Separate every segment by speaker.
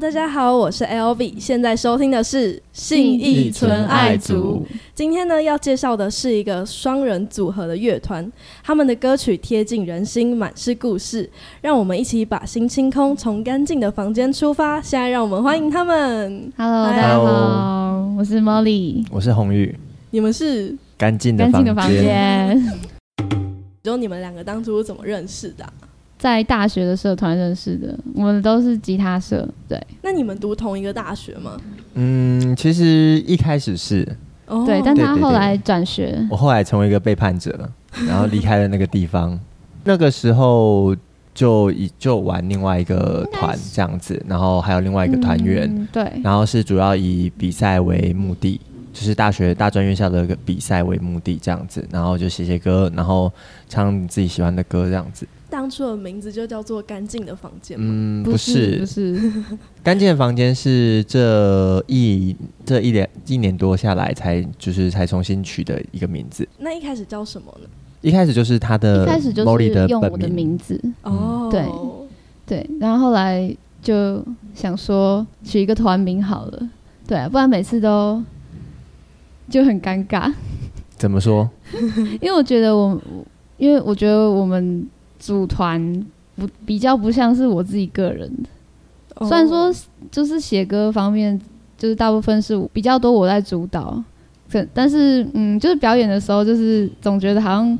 Speaker 1: 大家好，我是 LV，现在收听的是《信义纯爱族》。今天呢，要介绍的是一个双人组合的乐团，他们的歌曲贴近人心，满是故事。让我们一起把心清空，从干净的房间出发。现在让我们欢迎他们。
Speaker 2: Hello，大家好，我是 Molly，
Speaker 3: 我是红玉，
Speaker 1: 你们是，
Speaker 3: 干净的
Speaker 2: 干净的
Speaker 3: 房
Speaker 2: 房
Speaker 3: 间。
Speaker 2: 间，
Speaker 1: 就你们两个当初怎么认识的啊、
Speaker 2: 在大学的社团认识的，我们都是吉他社，对、
Speaker 1: 那你们读同一个大学吗？
Speaker 3: 嗯，其实一开始是
Speaker 1: 哦
Speaker 2: 对，但
Speaker 3: 对
Speaker 2: 他
Speaker 3: 对
Speaker 2: 后
Speaker 3: 对
Speaker 2: 来转学，
Speaker 3: 我后来成为一个背叛 者，然后离开了那个地方。那个时候就以就玩另外一个团这样子，然后还有另外一个团员，
Speaker 2: 嗯对，
Speaker 3: 然后是主要以比赛为目的，就是大学大专院校的一个比赛为目的这样子，然后就写写歌，然后唱你自己喜欢的歌这样子。
Speaker 1: 当初的名字就叫做《干净的房间》吗？
Speaker 3: 嗯，
Speaker 2: 不
Speaker 3: 不
Speaker 2: 是
Speaker 3: 是
Speaker 2: 不，是，
Speaker 3: 干净的房间是这一这一年一年多下来才就是才重新取的一个名字。
Speaker 1: 那一开始叫什么呢？
Speaker 3: 一开始就是他
Speaker 2: 一
Speaker 3: 的
Speaker 2: 开始就
Speaker 3: 呃 Molly
Speaker 2: 是
Speaker 3: 的
Speaker 2: 用我
Speaker 3: 本
Speaker 2: 的
Speaker 3: 名，
Speaker 2: 名字，
Speaker 1: 哦、
Speaker 2: 嗯对对，然后后来就想说取一个团名好了，对啊、不然每次都就很尴尬，
Speaker 3: 怎么说？
Speaker 2: 因为我觉得我，因为我觉得我们组团不比较不像是我自己个人的，
Speaker 1: 哦
Speaker 2: 虽然说就是写歌方面，就是大部分是我比较多我在主导，可但是嗯，就是表演的时候，就是总觉得好像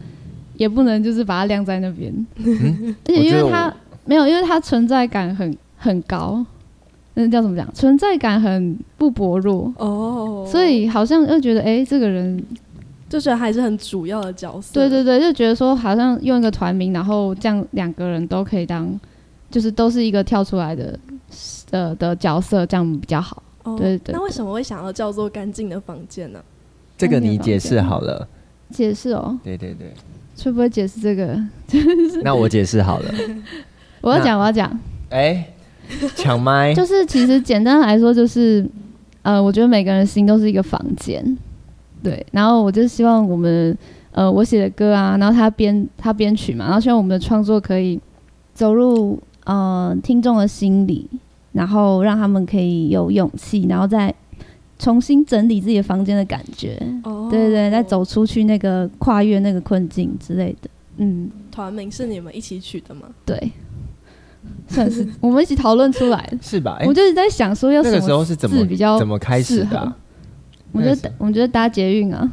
Speaker 2: 也不能就是把它晾在那边， 而且
Speaker 3: 我
Speaker 2: 因
Speaker 3: 觉得
Speaker 2: 为
Speaker 3: 嗯我
Speaker 2: 它没有，因为它存在感很很高，那叫怎么讲？存在感很不薄弱，
Speaker 1: 哦，
Speaker 2: 所以好像又觉得哎、诶这个人
Speaker 1: 就觉得还是很主要的角色。
Speaker 2: 对对对，就觉得说好像用一个团名，然后这样两个人都可以当，就是都是一个跳出来的的的角色，这样比较好。
Speaker 1: 哦
Speaker 2: 对对
Speaker 1: 那为什么会想要叫做干净的房间呢、
Speaker 3: 这个你解释好 了。
Speaker 2: 解释哦，
Speaker 3: 对对对，
Speaker 2: 会不会解释这个？
Speaker 3: 那我解释好 了。
Speaker 2: 我要
Speaker 3: 那
Speaker 2: 讲，我要讲，
Speaker 3: 哎，抢麦，
Speaker 2: 就是其实简单来说就是，呃，我觉得每个人心都是一个房间，对。然后我就希望我们，呃，我写的歌啊，然后他编他编曲嘛，然后希望我们的创作可以走入呃听众的心里，然后让他们可以有勇气，然后再重新整理自己的房间的感觉。
Speaker 1: 哦，
Speaker 2: 对对对，再走出去那个跨越那个困境之类的，嗯，
Speaker 1: 团名是你们一起取的吗？
Speaker 2: 对，算是我们一起讨论出来的。
Speaker 3: 是吧？哎
Speaker 2: 我，就是在想说要
Speaker 3: 那
Speaker 2: 什
Speaker 3: 个时候
Speaker 2: 么
Speaker 3: 是怎
Speaker 2: 字
Speaker 3: 么
Speaker 2: 比较
Speaker 3: 怎么开始
Speaker 2: 适
Speaker 3: 的
Speaker 2: 合
Speaker 3: 啊？
Speaker 2: 我觉得我觉得搭捷运啊，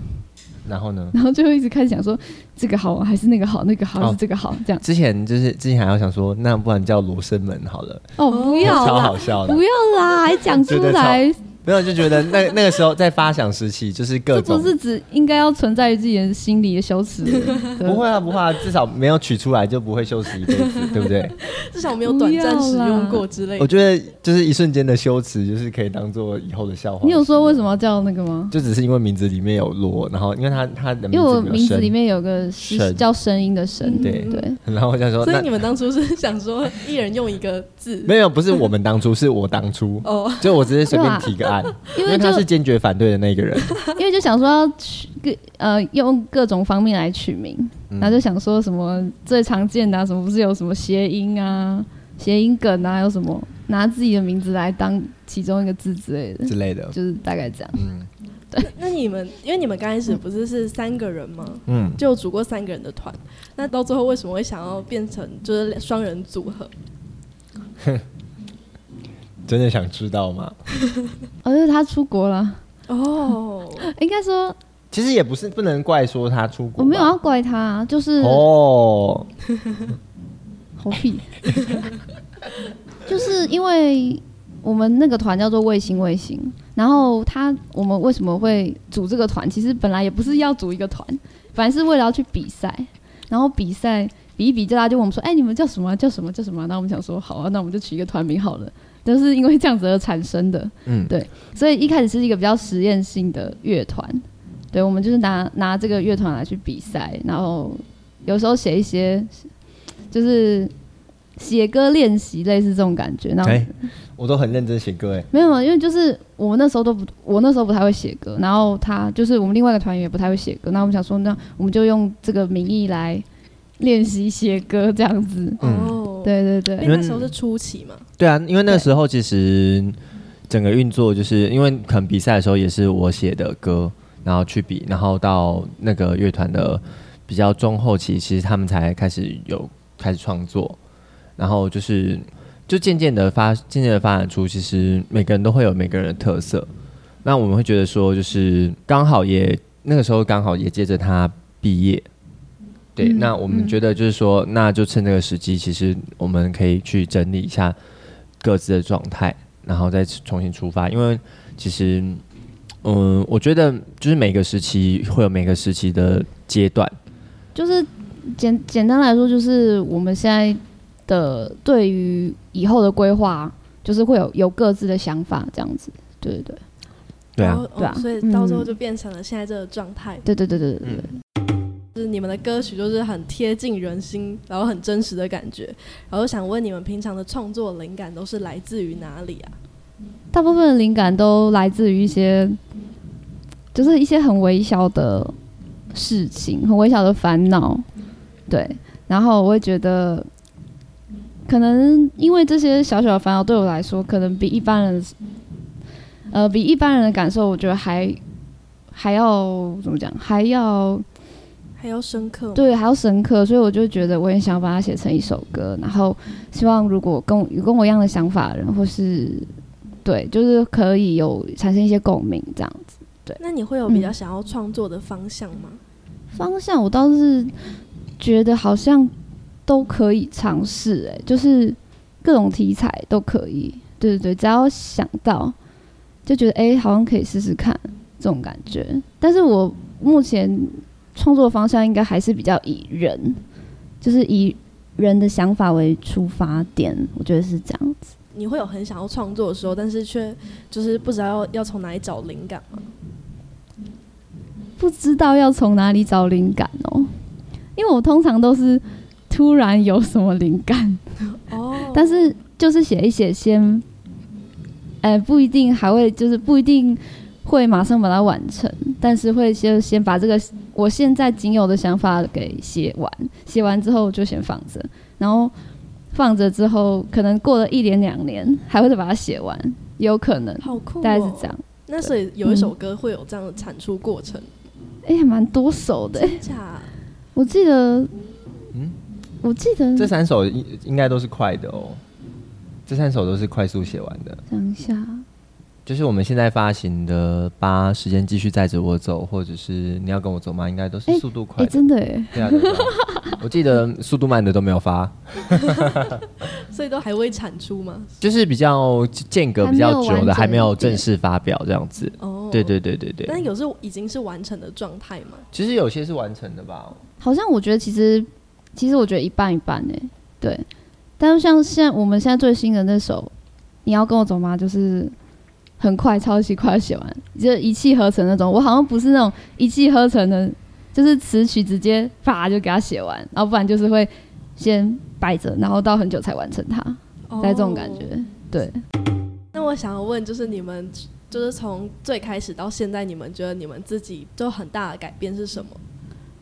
Speaker 3: 然后呢？
Speaker 2: 然后就一直开始想说这个好还是那个好，那个好还是
Speaker 3: 哦
Speaker 2: 这个好，这样
Speaker 3: 之前就是之前还要想说，那不然叫罗生门好了，
Speaker 2: 哦不要
Speaker 3: 超
Speaker 2: 啦
Speaker 3: 好，笑的
Speaker 2: 不。要啦，还讲出
Speaker 3: 觉得超
Speaker 2: 来，
Speaker 3: 没有就觉得那那个时候在发想时期，就是各
Speaker 2: 这
Speaker 3: 种
Speaker 2: 不是只应该要存在于自己的心里的羞耻，
Speaker 3: 不会啊，不会啊，至少没有取出来就不会羞耻一辈 子，对不对？
Speaker 1: 至少没有短暂使用过之类的。
Speaker 3: 我觉得就是一瞬间的羞耻，就是可以当做以后的笑话。
Speaker 2: 你有说为什么要叫那个吗？
Speaker 3: 就只是因为名字里面有罗，然后因为他他的
Speaker 2: 因为我
Speaker 3: 名字
Speaker 2: 名字里
Speaker 3: 有
Speaker 2: 面有个是
Speaker 3: 神
Speaker 2: 叫声音的声，
Speaker 1: 嗯
Speaker 3: 对
Speaker 2: 对，
Speaker 3: 生， 然后我想说
Speaker 1: 所以
Speaker 3: 那
Speaker 1: 你们当初是想说一人用一个字？
Speaker 3: 没有，不是我们当初，是我当初，
Speaker 1: 哦，
Speaker 3: 就我只是随便提个案，
Speaker 2: 因
Speaker 3: 因
Speaker 2: 为
Speaker 3: 为
Speaker 2: 就
Speaker 3: 他是坚决反对的那个人，
Speaker 2: 因为就想说要取各呃用各种方面来取名，
Speaker 3: 嗯
Speaker 2: 然后就想说什么最常见的、啊、什么不是有什么谐音啊、谐音梗啊，有什么拿自己的名字来当其中一个字之类的，
Speaker 3: 之类的，
Speaker 2: 就是大概这样。
Speaker 3: 嗯
Speaker 1: 那你们因为你们刚开始不是是三个人吗？
Speaker 3: 嗯，
Speaker 1: 就组过三个人的团，那到最后为什么会想要变成就是双人组合？
Speaker 3: 真的想知道吗？
Speaker 2: 而、哦、且他出国了，
Speaker 1: 哦，
Speaker 2: 应该说
Speaker 3: 其实也不是不能怪说他出国吧，
Speaker 2: 我没有要怪他啊，就是
Speaker 3: 哦，
Speaker 2: 猴屁， 就是因为我们那个团叫做卫星卫星，然后他我们为什么会组这个团？其实本来也不是要组一个团，本来是为了要去比赛，然后比赛比一比，大家就问我们说：“哎，你们叫什么啊、叫什么？叫什么啊、那我们想说：“好啊，那我们就取一个团名好了。”就是因为这样子而产生的，
Speaker 3: 嗯，
Speaker 2: 所以一开始是一个比较实验性的乐团，对我们就是拿拿这个乐团来去比赛，然后有时候写一些就是写歌练习，类似这种感觉。然后、
Speaker 3: 哎，我都很认真写歌，哎，
Speaker 2: 没有，因为就是我们那时候都不，我那时候不太会写歌，然后他就是我们另外一个团员也不太会写歌，那我们想说，那我们就用这个名义来练习写歌这样子。
Speaker 3: 嗯
Speaker 1: 哦，哦，
Speaker 2: 对对
Speaker 1: 因为
Speaker 2: 对，
Speaker 1: 那时候是初期嘛，
Speaker 3: 对啊，因为那
Speaker 2: 对
Speaker 3: 个时候其实整个运作，就是因为可能比赛的时候也是我写的歌，然后去比，然后到那个乐团的比较中后期，其实他们才开始有开始创作，然后就是就渐渐的发渐渐的发展出，其实每个人都会有每个人的特色。那我们会觉得说，就是刚好也那个时候刚好也接着他毕业，对，
Speaker 2: 嗯
Speaker 3: 那我们
Speaker 2: 嗯
Speaker 3: 觉得就是说，那就趁这个时机，其实我们可以去整理一下各自的状态，然后再重新出发。因为其实，嗯，我觉得就是每个时期会有每个时期的阶段，
Speaker 2: 就是简简单来说，就是我们现在的对于以后的规划，就是会有有各自的想法，这样子。对对对
Speaker 3: 对
Speaker 1: 然
Speaker 3: 啊
Speaker 1: 后，
Speaker 2: 对
Speaker 1: 哦
Speaker 2: 啊
Speaker 1: 所以到最后
Speaker 2: 嗯
Speaker 1: 就变成了现在这个状态，
Speaker 2: 对对对对对对，
Speaker 1: 就是你们的歌曲就是很贴近人心，然后很真实的感觉，然后想问你们平常的创作灵感都是来自于哪里啊？
Speaker 2: 大部分的灵感都来自于一些，就是一些很微小的事情，很微小的烦恼。对，然后我会觉得，可能因为这些小小的烦恼对我来说，可能比一般人，呃，比一般人的感受，我觉得还还要怎么讲，还要
Speaker 1: 还要深刻吗？
Speaker 2: 对，还要深刻，所以我就觉得我也想把它写成一首歌，然后希望如果跟我有跟我一样的想法的人，或是对，就是可以有产生一些共鸣这样子。
Speaker 1: 那你会有比较想要创作的方向吗？
Speaker 2: 方向我倒是觉得好像都可以尝试，哎，就是各种题材都可以，对对对，只要想到就觉得哎、诶好像可以试试看这种感觉。但是我目前创作方向应该还是比较以人，就是以人的想法为出发点，我觉得是这样子。
Speaker 1: 你会有很想要创作的时候，但是却就是不知道要要从哪里找灵感吗？
Speaker 2: 不知道要从哪里找灵感哦，因为我通常都是突然有什么灵感。
Speaker 1: 哦
Speaker 2: 但是就是写一写先，哎、不一定还会就是不一定会马上把它完成，但是会先先把这个我现在仅有的想法给写完，写完之后就先放着，然后放着之后可能过了一年两年还会再把它写完，也有可能，
Speaker 1: 好酷、哦，
Speaker 2: 大概是这样。
Speaker 1: 那所以有一首歌会有这样的产出过程，
Speaker 2: 哎、还蛮多首的、
Speaker 1: 真假？
Speaker 2: 我记得，
Speaker 3: 嗯
Speaker 2: 我记得，
Speaker 3: 这三首应应该都是快的哦，这三首都是快速写完的。
Speaker 2: 想一下，
Speaker 3: 就是我们现在发行的《八时间继续载着我走》，或者是你要跟我走吗？应该都是速度
Speaker 2: 哎、
Speaker 3: 快的。
Speaker 2: 真的哎，
Speaker 3: 对啊，对啊对啊我记得速度慢的都没有发，
Speaker 1: 所以都还未产出吗？
Speaker 3: 就是比较间隔比较久的，
Speaker 2: 还
Speaker 3: 还
Speaker 2: 没
Speaker 3: 没
Speaker 2: 有
Speaker 3: 有
Speaker 2: 完整
Speaker 3: 正式发表这样子。
Speaker 1: 哦，
Speaker 3: 对。对对对对
Speaker 1: 但，有时候已经是完成的状态嘛，
Speaker 3: 其实有些是完成的吧。
Speaker 2: 好像我觉得其实，其实我觉得一半一半哎、对。但是像现在我们现在最新的那首《你要跟我走吗》，就是很快超级快写完，就一气呵成那种。我好像不是那种一气呵成的，就是词曲直接啪就给它写完，然后不然就是会先摆着，然后到很久才完成它，
Speaker 1: 哦
Speaker 2: 大概这种感觉。对，
Speaker 1: 那我想要问，就是你们就是从最开始到现在，你们觉得你们自己就很大的改变是 什么？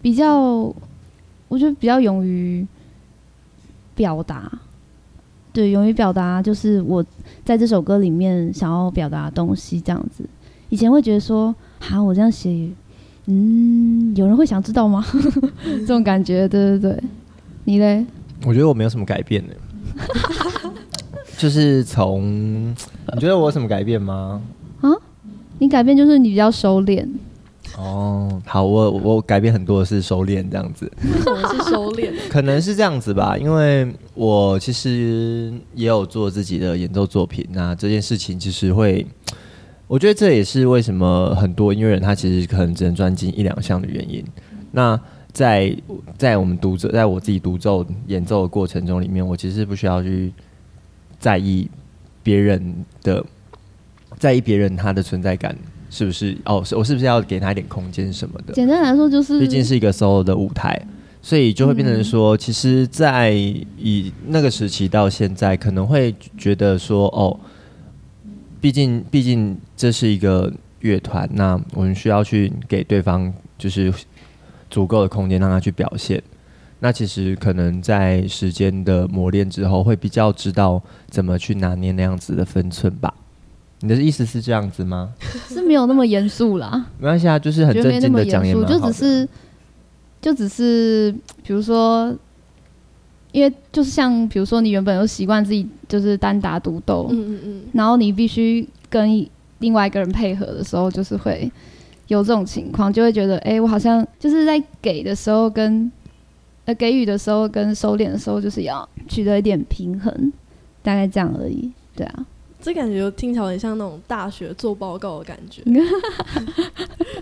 Speaker 2: 比较，我觉得比较勇于表达，对，勇于表达就是我在这首歌里面想要表达的东西，这样子。以前会觉得说，哈，我这样写，嗯，有人会想知道吗？这种感觉，对对对。你嘞？
Speaker 3: 我觉得我没有什么改变呢，欸就是从你觉得我有什么改变吗？
Speaker 2: 你改变就是你比较收敛，
Speaker 3: 哦，好，我我改变很多的是收敛这样子。
Speaker 1: 为什么是收敛？
Speaker 3: 可能是这样子吧，因为我其实也有做自己的演奏作品，那这件事情其实会，我觉得这也是为什么很多音乐人他其实可能只能专精一两项的原因。那在在我们独奏，在我自己独奏演奏的过程中里面，我其实是不需要去在意别人的，在意别人他的存在感是不是哦，是我是不是要给他一点空间什么的？
Speaker 2: 简单来说就是，
Speaker 3: 毕竟是一个 solo 的舞台，所以就会变
Speaker 2: 嗯
Speaker 3: 成说，其实，在以那个时期到现在，可能会觉得说，哦，毕竟毕竟这是一个乐团，那我们需要去给对方就是足够的空间让他去表现。那其实可能在时间的磨练之后，会比较知道怎么去拿捏那样子的分寸吧。你的意思是这样子吗？
Speaker 2: 是没有那么严肃啦，
Speaker 3: 没关系啊，就是很
Speaker 2: 觉得
Speaker 3: 正
Speaker 2: 没那
Speaker 3: 经
Speaker 2: 么
Speaker 3: 的讲也
Speaker 2: 严肃，
Speaker 3: 蛮
Speaker 2: 就
Speaker 3: 好
Speaker 2: 只
Speaker 3: 的啊
Speaker 2: 是就只是，比如说，因为就是像比如说你原本有习惯自己就是单打独斗，
Speaker 1: 嗯嗯嗯，
Speaker 2: 然后你必须跟一另外一个人配合的时候，就是会有这种情况，就会觉得，哎、我好像就是在给的时候跟呃给予的时候跟收敛的时候，就是要取得一点平衡，大概这样而已。对啊，
Speaker 1: 这感觉听起来很像那种大学做报告的感 觉，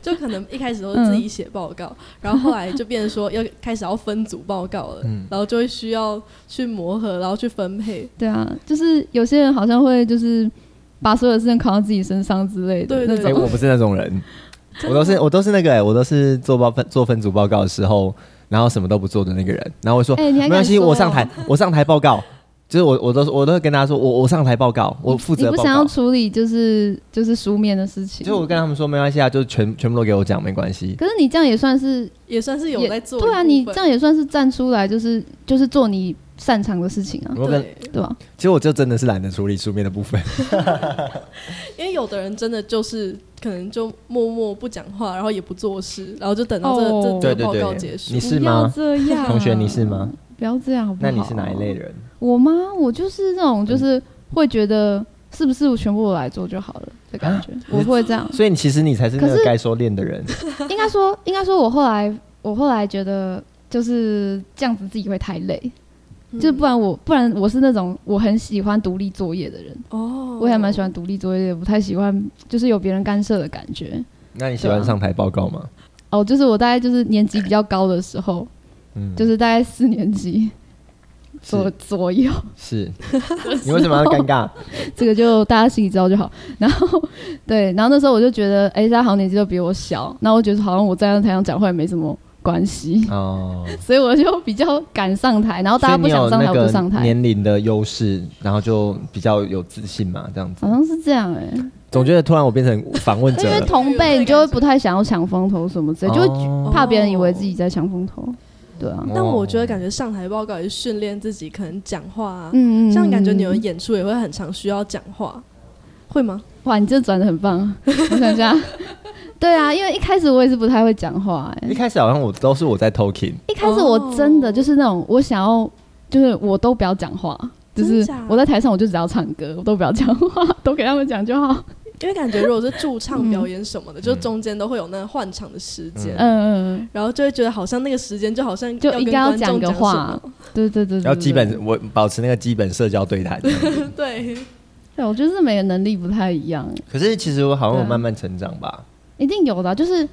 Speaker 1: 就可能一开始都是自
Speaker 2: 嗯
Speaker 1: 己写报告，然后后来就变成说要开始要分组报告了，
Speaker 3: 嗯
Speaker 1: 然后就会需要去磨合，然后去分配。
Speaker 2: 对啊，就是有些人好像会就是把所有的事情扛到自己身上之类的
Speaker 1: 对对
Speaker 2: 那
Speaker 3: 哎、
Speaker 2: 种。
Speaker 3: 我不是那种人，我都是我都是那个、欸，我都是做报分做分组报告的时候，然后什么都不做的那个人。然后我 说，
Speaker 2: 哎你还
Speaker 3: 没
Speaker 2: 敢
Speaker 3: 关系，
Speaker 2: 说
Speaker 3: 我上
Speaker 2: 哦
Speaker 3: 台，我上台报告。就是我，我都我都会跟大家说，我我上台报告，我负责
Speaker 2: 你不
Speaker 3: 报
Speaker 2: 想要
Speaker 3: 告。
Speaker 2: 处理就是就是书面的事情，
Speaker 3: 就我跟他们说没关系啊，就全全部都给我讲没关系。
Speaker 2: 可是你这样也算是
Speaker 1: 也算是有
Speaker 2: 也
Speaker 1: 在做一部
Speaker 2: 对啊，
Speaker 1: 分，
Speaker 2: 你这样也算是站出来，就是就是做你擅长的事情啊，
Speaker 3: 我跟
Speaker 1: 对，
Speaker 2: 对吧？
Speaker 3: 其实我就真的是懒得处理书面的部分。
Speaker 1: 因为有的人真的就是可能就默默不讲话，然后也不做事，然后就等到这、
Speaker 2: 哦
Speaker 1: 这
Speaker 3: 对
Speaker 1: 这
Speaker 3: 对
Speaker 1: 报告
Speaker 3: 对
Speaker 1: 结，束
Speaker 3: 你。是
Speaker 2: 不要
Speaker 3: 吗？
Speaker 2: 这样，
Speaker 3: 同学，你是吗？？
Speaker 2: 不要这嗯样好不
Speaker 3: 那
Speaker 2: 好
Speaker 3: 你是哪一类？嗯人？
Speaker 2: 我吗？我就是那种就是会觉得是不是全部我来做就好了的
Speaker 3: 啊
Speaker 2: 感觉，我会 这样。
Speaker 3: 所以你其实你才是那
Speaker 2: 可
Speaker 3: 个
Speaker 2: 是
Speaker 3: 该收敛的人。
Speaker 2: 应该说，应该说，我后来我后来觉得就是这样子，自己会太累。
Speaker 1: 嗯
Speaker 2: 就是不然我不然我是那种我很喜欢独立作业的人，
Speaker 1: 哦，
Speaker 2: 我也蛮喜欢独立作业的，不太喜欢就是有别人干涉的感觉。
Speaker 3: 那你喜欢
Speaker 2: 对啊
Speaker 3: 上台报告吗？
Speaker 2: 哦，就是我大概就是年级比较高的时候，
Speaker 3: 嗯，
Speaker 2: 啊就是大概四年级左左右，
Speaker 3: 是。是你为什么要尴 尬？
Speaker 2: 这个就大家心里知道就好。然后对，然后那时候我就觉得，哎、大家好像年纪都比我小，那我觉得好像我站在台上讲话也没什么关系，
Speaker 3: 哦，
Speaker 2: 所以我就比较敢上台，然后哦大家不想上台我不
Speaker 3: 所以
Speaker 2: 上
Speaker 3: 你有那个
Speaker 2: 台，
Speaker 3: 年龄的优势，然后就比较有自信嘛，这样子
Speaker 2: 好。像是这样哎、
Speaker 3: 总觉得突然我变成访问者
Speaker 2: 因为
Speaker 3: 了，
Speaker 2: 同辈你就会不太想要抢风头什么之类，就会
Speaker 3: 哦
Speaker 2: 怕别人以为自己在抢风头，对啊，
Speaker 1: 但我觉得感觉上台报告也是训练自己可能讲话啊，
Speaker 2: 嗯，嗯
Speaker 1: 这样感觉你
Speaker 2: 嗯
Speaker 1: 们演出也会很常需要讲话，会吗？
Speaker 2: 哇，你这转的很棒，啊我想一下。对啊，因为一开始我也是不太会讲话、
Speaker 3: 一
Speaker 2: 欸，
Speaker 3: 开始好像我都是我在 talking，
Speaker 2: 一开始我真的就是那种我想要，就是我都不要讲话，就
Speaker 1: 真
Speaker 2: 是
Speaker 1: 假
Speaker 2: 我在台上我就只要唱歌，我都不要讲话，都给他们讲就好。
Speaker 1: 因为感觉如果是驻唱表演什么的，就中间都会有那换场的时间，
Speaker 2: 嗯嗯，嗯
Speaker 1: 然后就会觉得好像那个时间就好像
Speaker 2: 就
Speaker 1: 要
Speaker 2: 应
Speaker 1: 跟
Speaker 2: 该要
Speaker 1: 观
Speaker 2: 讲
Speaker 1: 众
Speaker 2: 个
Speaker 1: 讲
Speaker 2: 话
Speaker 1: 什，
Speaker 2: 对对对对，
Speaker 3: 要基
Speaker 2: 对。
Speaker 3: 本我保持那个基本社交对 谈。
Speaker 1: 么， 对，
Speaker 2: 对，我觉得是每个能力不太一样，欸
Speaker 3: 可是其实我好像有慢慢成长吧，
Speaker 2: 一定有的啊、就是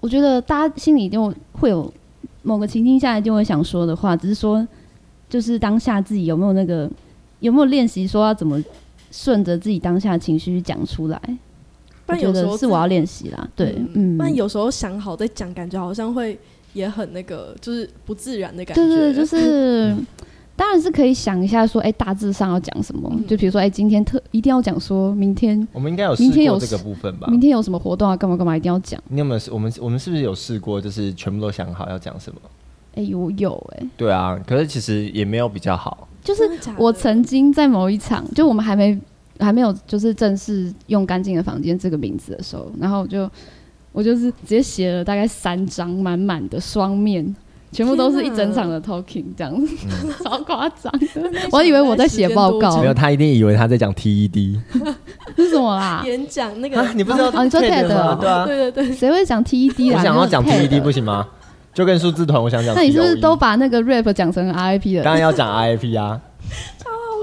Speaker 2: 我觉得大家心里一定有会有某个情境下一定会想说的话，只是说就是当下自己有没有那个有没有练习说要怎么顺着自己当下的情绪去讲出来。
Speaker 1: 不
Speaker 2: 我
Speaker 1: 然
Speaker 2: 觉
Speaker 1: 有时
Speaker 2: 得
Speaker 1: 候
Speaker 2: 是我要练习啦，对，嗯，
Speaker 1: 嗯，不然有时候想好再讲，感觉好像会也很那个，就是不自然的感觉，嗯
Speaker 2: 对对，对就是。当然是可以想一下，说，哎、大致上要讲什么？
Speaker 1: 嗯
Speaker 2: 就比如说，哎、今天特一定要讲，说明天，
Speaker 3: 我们应该有试
Speaker 2: 明天
Speaker 3: 过
Speaker 2: 有
Speaker 3: 这个
Speaker 2: 试
Speaker 3: 部分吧？
Speaker 2: 明天有什么活动啊，干嘛干嘛，一定要讲。
Speaker 3: 你有没有试？我们我们是不是有试过？就是全部都想好要讲什么？
Speaker 2: 哎、有有、哎，
Speaker 3: 对啊，可是其实也没有比较好。
Speaker 2: 就
Speaker 1: 真
Speaker 2: 是
Speaker 1: 的假的
Speaker 2: 我曾经在某一场，就我们还没还没有就是正式用“干净的房间”这个名字的时候，然后我就我就是直接写了大概三张满满的双面。全部都是一
Speaker 1: 天哪
Speaker 2: 整场的 talking 这
Speaker 3: 嗯
Speaker 2: 样子， 超夸张的。
Speaker 1: 那一场
Speaker 2: 我以为我在写报
Speaker 1: 哦
Speaker 2: 告
Speaker 3: 没，有，他一定以为他在讲 TED
Speaker 2: 是什么 啦？
Speaker 1: 演讲那个
Speaker 3: 啊，， 你不知道
Speaker 2: 哦你说
Speaker 3: TED 吗
Speaker 2: TED 哦
Speaker 3: 对 啊，
Speaker 1: 对对对，
Speaker 2: 谁会讲 TED
Speaker 3: 我
Speaker 2: 啊？
Speaker 3: 想要讲
Speaker 2: 你会
Speaker 3: TED 不行吗？就跟数字团，我想讲 E TOE。
Speaker 2: 那你是不是都把那个 rap 讲成 RIP 了？
Speaker 3: 当然要讲 RIP 啊？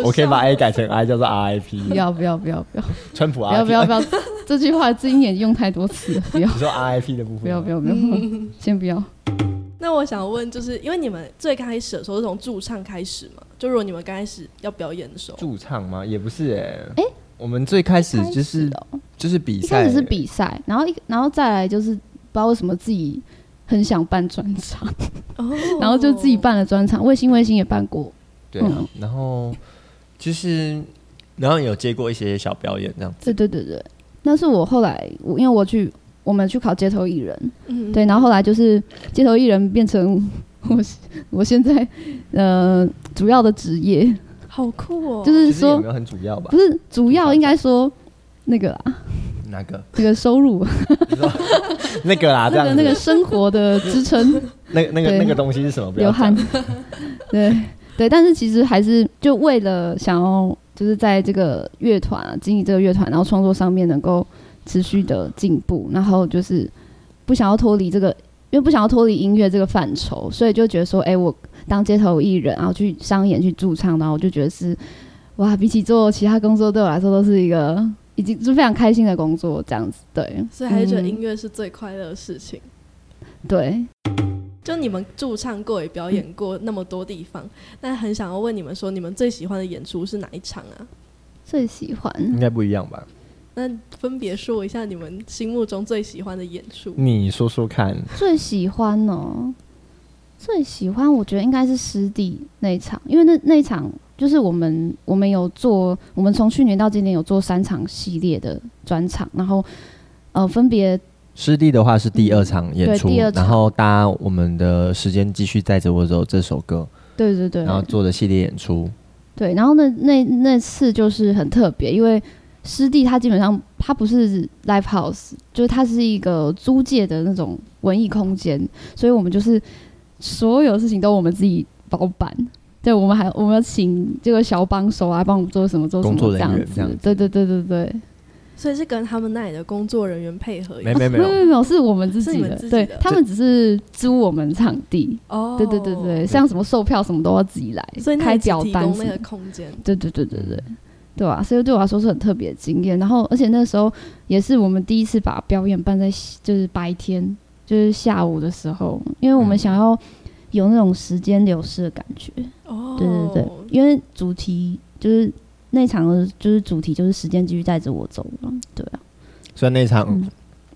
Speaker 3: 我可以把 A 改成 I，叫做 RIP。
Speaker 2: 不要不要不要不要
Speaker 3: 川普
Speaker 2: 不要
Speaker 3: RIP，
Speaker 2: 不要不要！这句话今年用太多次了，不要
Speaker 3: 你说 RIP 的部分吗，
Speaker 2: 不要不要不要，先不要。
Speaker 1: 那我想问，就是因为你们最开始的时候是从驻唱开始嘛？就如果你们刚开始要表演的时候，
Speaker 3: 驻唱吗？也不是哎。
Speaker 2: 哎
Speaker 3: 我们最开始就
Speaker 2: 一
Speaker 3: 是
Speaker 2: 开始哦
Speaker 3: 就是比
Speaker 2: 一
Speaker 3: 赛，
Speaker 2: 开始是比赛，然后一然后再来就是不知道为什么自己很想办专场，
Speaker 1: 哦
Speaker 2: 然后就自己，办了专场，卫星卫星也办过，
Speaker 3: 对啊
Speaker 2: 嗯，
Speaker 3: 然后就是然后有接过一些小表演这样子。
Speaker 2: 对对对对。那是我后来我因为我去我们去考街头艺人，
Speaker 1: 嗯
Speaker 2: 对，然后后来就是街头艺人变成我 是我现在呃主要的职业，
Speaker 1: 好酷哦！
Speaker 3: 其
Speaker 2: 就是
Speaker 3: 实也
Speaker 2: 说
Speaker 3: 没有很主要吧
Speaker 2: 不？是主要应该说那个啦，
Speaker 3: 哪个？
Speaker 2: 那个收入，
Speaker 3: 你说那个啦，这
Speaker 2: 那个
Speaker 3: 样子
Speaker 2: 那个生活的支撑，
Speaker 3: 那个那个
Speaker 2: 对
Speaker 3: 那个东西是什么？不要
Speaker 2: 流汗
Speaker 3: 讲。，
Speaker 2: 对对，但是其实还是就为了想要就是在这个乐团啊，经营这个乐团，然后创作上面能够持续的进步，然后就是不想要脱离这个，因为不想要脱离音乐这个范畴，所以就觉得说，哎、我当街头艺人，然后去商演去驻唱，然后我就觉得是哇，比起做其他工作，对我来说都是一个已经是非常开心的工作，这样子，对
Speaker 1: 所以还是觉得
Speaker 2: 嗯
Speaker 1: 音乐是最快乐的事情。
Speaker 2: 对，
Speaker 1: 就你们驻唱过也表演过那么多地
Speaker 2: 嗯
Speaker 1: 方，那很想要问你们说，你们最喜欢的演出是哪一场啊？
Speaker 2: 最喜欢
Speaker 3: 应该不一样吧？
Speaker 1: 那分别说一下你们心目中最喜欢的演出。
Speaker 3: 你说说看，
Speaker 2: 最喜欢哦，最喜欢我觉得应该是师弟那一场，因为那那一场就是我们我们有做，我们从去年到今年有做三场系列的专场，然后呃分别
Speaker 3: 师弟的话是第二场演出
Speaker 2: 嗯对第二，场
Speaker 3: 然后搭我们的时间继续带着我走这首歌，
Speaker 2: 对对对
Speaker 3: 然后做的系列演出。
Speaker 2: 对，然后那那那次就是很特别，因为师弟他基本上他不是 live house，就是他是一个租借的那种文艺空间，所以我们就是所有事情都我们自己包办。对，我们还我们要请这个小帮手啊，帮我们做什么做什么
Speaker 3: 工作人
Speaker 2: 这样
Speaker 3: 员这样
Speaker 2: 子
Speaker 3: 子。
Speaker 2: 对对对对对，
Speaker 1: 所以是跟他们那里的工作人员配合一
Speaker 3: 没
Speaker 1: 下。
Speaker 3: 没没
Speaker 2: 没有
Speaker 3: 有，
Speaker 2: 没有，是我们自
Speaker 1: 是
Speaker 2: 己
Speaker 1: 你
Speaker 2: 的，
Speaker 1: 们自己
Speaker 2: 对
Speaker 1: 的
Speaker 2: 他们只是租我们场地。
Speaker 1: 哦
Speaker 2: 对对对对，，像什么售票什么都要自己来，
Speaker 1: 所以那
Speaker 2: 开
Speaker 1: 里只
Speaker 2: 表
Speaker 1: 提
Speaker 2: 单
Speaker 1: 供
Speaker 2: 什
Speaker 1: 那
Speaker 2: 么
Speaker 1: 个空间。
Speaker 2: 对对对对
Speaker 3: 嗯
Speaker 2: 对，对啊，所以对我来说是很特别的经验。然后，而且那时候也是我们第一次把表演办在就是白天，就是下午的时候，因为我们
Speaker 3: 嗯
Speaker 2: 想要有那种时间流逝的感觉。
Speaker 1: 哦，
Speaker 2: 对对对，因为主题就是那场的，就是主题就是时间继续带着我走了。对啊，
Speaker 3: 虽然那场
Speaker 2: 嗯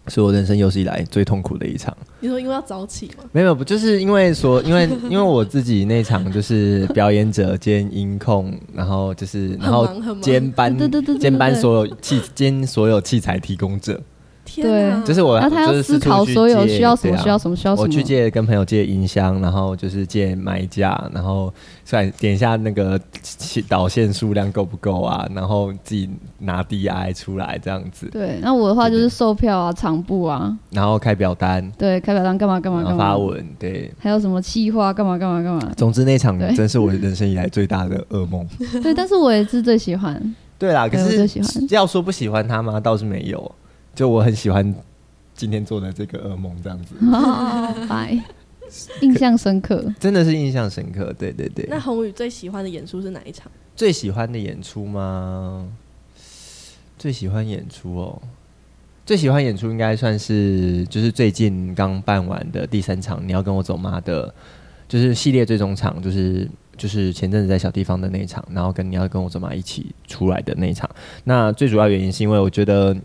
Speaker 3: 是我人生有史以来最痛苦的一场。
Speaker 1: 你说因为要早起嘛，
Speaker 3: 没有，不就是因为说， 因为因为我自己那场就是表演者兼音控，然后就是
Speaker 1: 很
Speaker 3: 然后
Speaker 1: 忙很忙。
Speaker 3: 兼班
Speaker 2: 对对对对对
Speaker 3: 兼班所有器兼所有器材提供者，
Speaker 1: 天哪，
Speaker 3: 就是啊我
Speaker 2: 然后他
Speaker 3: 就
Speaker 2: 要
Speaker 3: 是
Speaker 2: 思
Speaker 3: 四处
Speaker 2: 考
Speaker 3: 去
Speaker 2: 所有
Speaker 3: 借
Speaker 2: 需要什么，
Speaker 3: 对啊
Speaker 2: 需要什么，需要什
Speaker 3: 我
Speaker 2: 么。
Speaker 3: 去借跟朋友借音箱，然后就是借买架，然后算点一下那个导线数量够不够啊，然后自己拿 DI 出来这样子，
Speaker 2: 对，那我的话就
Speaker 3: 对
Speaker 2: 是
Speaker 3: 对
Speaker 2: 售票啊、场部啊，
Speaker 3: 然后开表单，
Speaker 2: 对，开表单干嘛干嘛
Speaker 3: 然
Speaker 2: 干
Speaker 3: 后发
Speaker 2: 嘛，
Speaker 3: 文，对。
Speaker 2: 还有什么企划干嘛干嘛干嘛。
Speaker 3: 总之那场
Speaker 2: 对
Speaker 3: 真是我人生以来最大的噩 梦。
Speaker 2: 对，但是我也是最 喜欢。
Speaker 3: 对啦，可
Speaker 2: 对我最喜
Speaker 3: 是
Speaker 2: 欢
Speaker 3: 要说不喜欢他吗？倒是没有，就我很喜欢今天做的这个噩梦，这样子
Speaker 2: 哦，拜，印象深刻。
Speaker 3: 真的是印象深刻。对对对，
Speaker 1: 那宏宇最喜欢的演出是哪一场？
Speaker 3: 最喜欢的演出吗？最喜欢演出哦，最喜欢演出应该算是就是最近刚办完的第三场，你要跟我走吗的，就是系列最终场，就是就是前阵子在小地方的那一场，然后跟你要跟我走吗一起出来的那一场。那最主要原因是因为我觉得，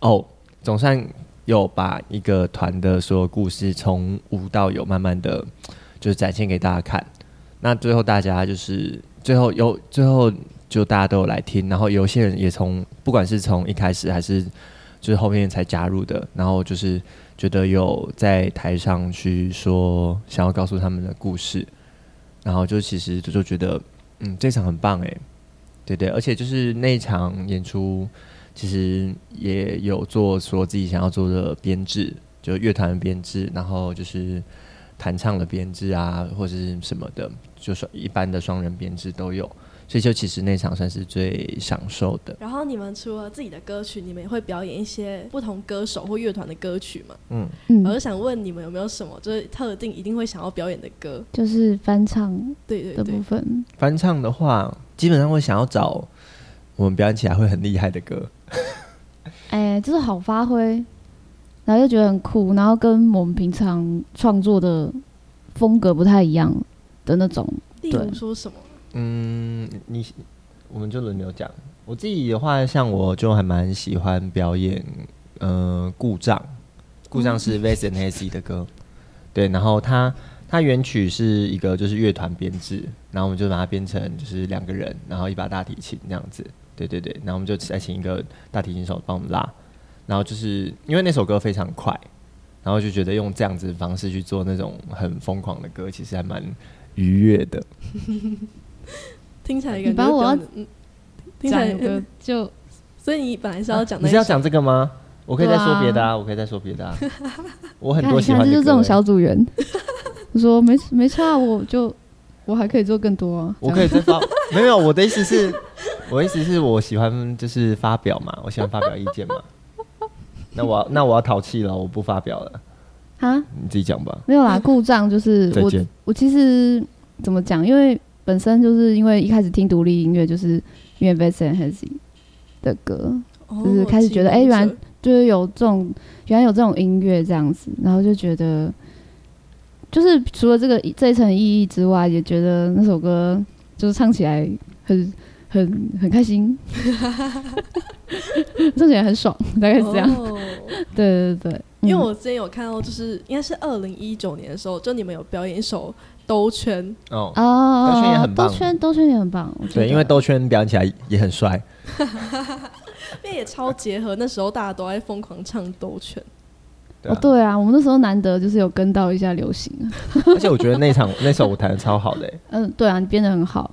Speaker 3: 哦，总算有把一个团的所有故事从无到有，慢慢的就是展现给大家看。那最后大家就是最后有最后就大家都有来听，然后有些人也从不管是从一开始还是就是后面才加入的，然后就是觉得嗯有在台上去说想要告诉他们的故事，然后就其实就就觉得嗯这场很棒哎，对对，而且就是那一场演出其实也有做说自己想要做的编制，就乐团的编制，然后就是弹唱的编制啊或者是什么的，就是一般的双人编制都有，所以就其实那场算是最享受的。
Speaker 1: 然后你们除了自己的歌曲，你们也会表演一些不同歌手或乐团的歌曲嘛？
Speaker 3: 嗯，
Speaker 1: 我就
Speaker 2: 嗯，
Speaker 1: 想问你们有没有什么就是特定一定会想要表演的歌？
Speaker 2: 就是翻唱
Speaker 1: 对对
Speaker 2: 的部
Speaker 1: 对，
Speaker 2: 分，
Speaker 3: 翻唱的话，基本上会想要找我们表演起来会很厉害的歌。
Speaker 2: 哎、就是好发挥，然后又觉得很酷，然后跟我们平常创作的风格不太一样的那种。
Speaker 1: 例如说什么？
Speaker 3: 嗯，你我们就轮流讲。我自己的话，像我就还蛮喜欢表演，呃，故障，故障是 Vast and Hazy 的歌，对，然后它它原曲是一个就是乐团编制，然后我们就把它编成就是两个人，然后一把大提琴这样子，对对对，然后我们就再请一个大提琴手帮我们拉，然后就是因为那首歌非常快，然后就觉得用这样子的方式去做那种很疯狂的歌，其实还蛮愉悦的。
Speaker 1: 听起来
Speaker 2: 你
Speaker 1: 感觉
Speaker 2: 把我要
Speaker 1: 比较嗯听起
Speaker 2: 讲
Speaker 1: 来
Speaker 2: 一个就
Speaker 1: 所以你本来是要讲
Speaker 3: 啊你
Speaker 1: 那
Speaker 3: 是要
Speaker 1: 一首，
Speaker 3: 讲这个吗？我可以再说别的
Speaker 2: 对
Speaker 3: 啊，我可以再说别 的啊。我很
Speaker 2: 看
Speaker 3: 多
Speaker 2: 你
Speaker 3: 喜
Speaker 2: 看，
Speaker 3: 欢
Speaker 2: 这
Speaker 3: 的
Speaker 2: 就是这种
Speaker 3: 歌欸，
Speaker 2: 小 组员。我说没没差，我就我还可以做更多啊。
Speaker 3: 我可以再发。没有，我的意思是， 我的意思是我喜欢就是发表嘛，我喜欢发表意见嘛。 那我要那我要淘气了，我不发表了，
Speaker 2: 这样啊，
Speaker 3: 你自己讲吧。
Speaker 2: 没有啦，故障就是
Speaker 3: 再
Speaker 2: 我
Speaker 3: 见。
Speaker 2: 我其实怎么讲，因为本身就是因为一开始听独立音乐，就是因为 Vincent Hezzy 的歌，
Speaker 1: 哦
Speaker 2: 就是开始觉得哎原来
Speaker 1: 我记
Speaker 2: 就是有这种原来有这种音乐这样子，然后就觉得，就是除了这个这一层意义之外，也觉得那首歌就是唱起来很很很开心， 唱起来很爽，大概
Speaker 1: 得
Speaker 2: 是这样。嗯
Speaker 1: 哦
Speaker 2: 对对对，
Speaker 1: 因为
Speaker 2: 嗯
Speaker 1: 我之前有看到，就是应该是二零一九年的时候，就你们有表演一首兜圈，
Speaker 3: 哦，
Speaker 2: 哦，
Speaker 3: 兜圈也很棒
Speaker 2: 兜圈兜圈也很棒，我觉
Speaker 3: 对，
Speaker 2: 得
Speaker 3: 因为兜圈表演起来也很帅。
Speaker 1: 因为也超结合那时候大家都在疯狂唱兜圈，
Speaker 3: 对啊
Speaker 2: 哦对啊，我们那时候难得就是有跟到一下流行啊，
Speaker 3: 而且我觉得那场那首我弹的超好的欸，
Speaker 2: 嗯，对啊，你编的很好，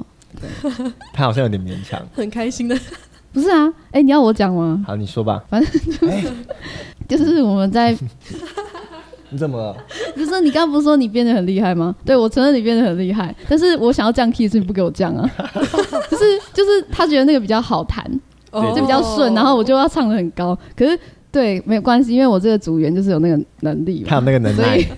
Speaker 3: 他好像有点勉强。
Speaker 1: 很开心的。
Speaker 2: 不是啊，哎、你要我讲吗？
Speaker 3: 好，你说吧。
Speaker 2: 反
Speaker 3: 正、
Speaker 2: 就是我 们在
Speaker 3: 你怎么了？
Speaker 2: 就是你刚刚不是说你变得很厉害吗？对，我承认你变得很厉害，但是我想要降 key 是你不给我 降啊，就是就是他觉得那个比较好弹，
Speaker 1: 哦
Speaker 3: 对
Speaker 2: 就比较顺，然后我就要唱的很高，可是对没有关系，因为我这个组员就是有那个能力
Speaker 3: 他
Speaker 2: 嘛，
Speaker 3: 有那个能耐
Speaker 2: 所，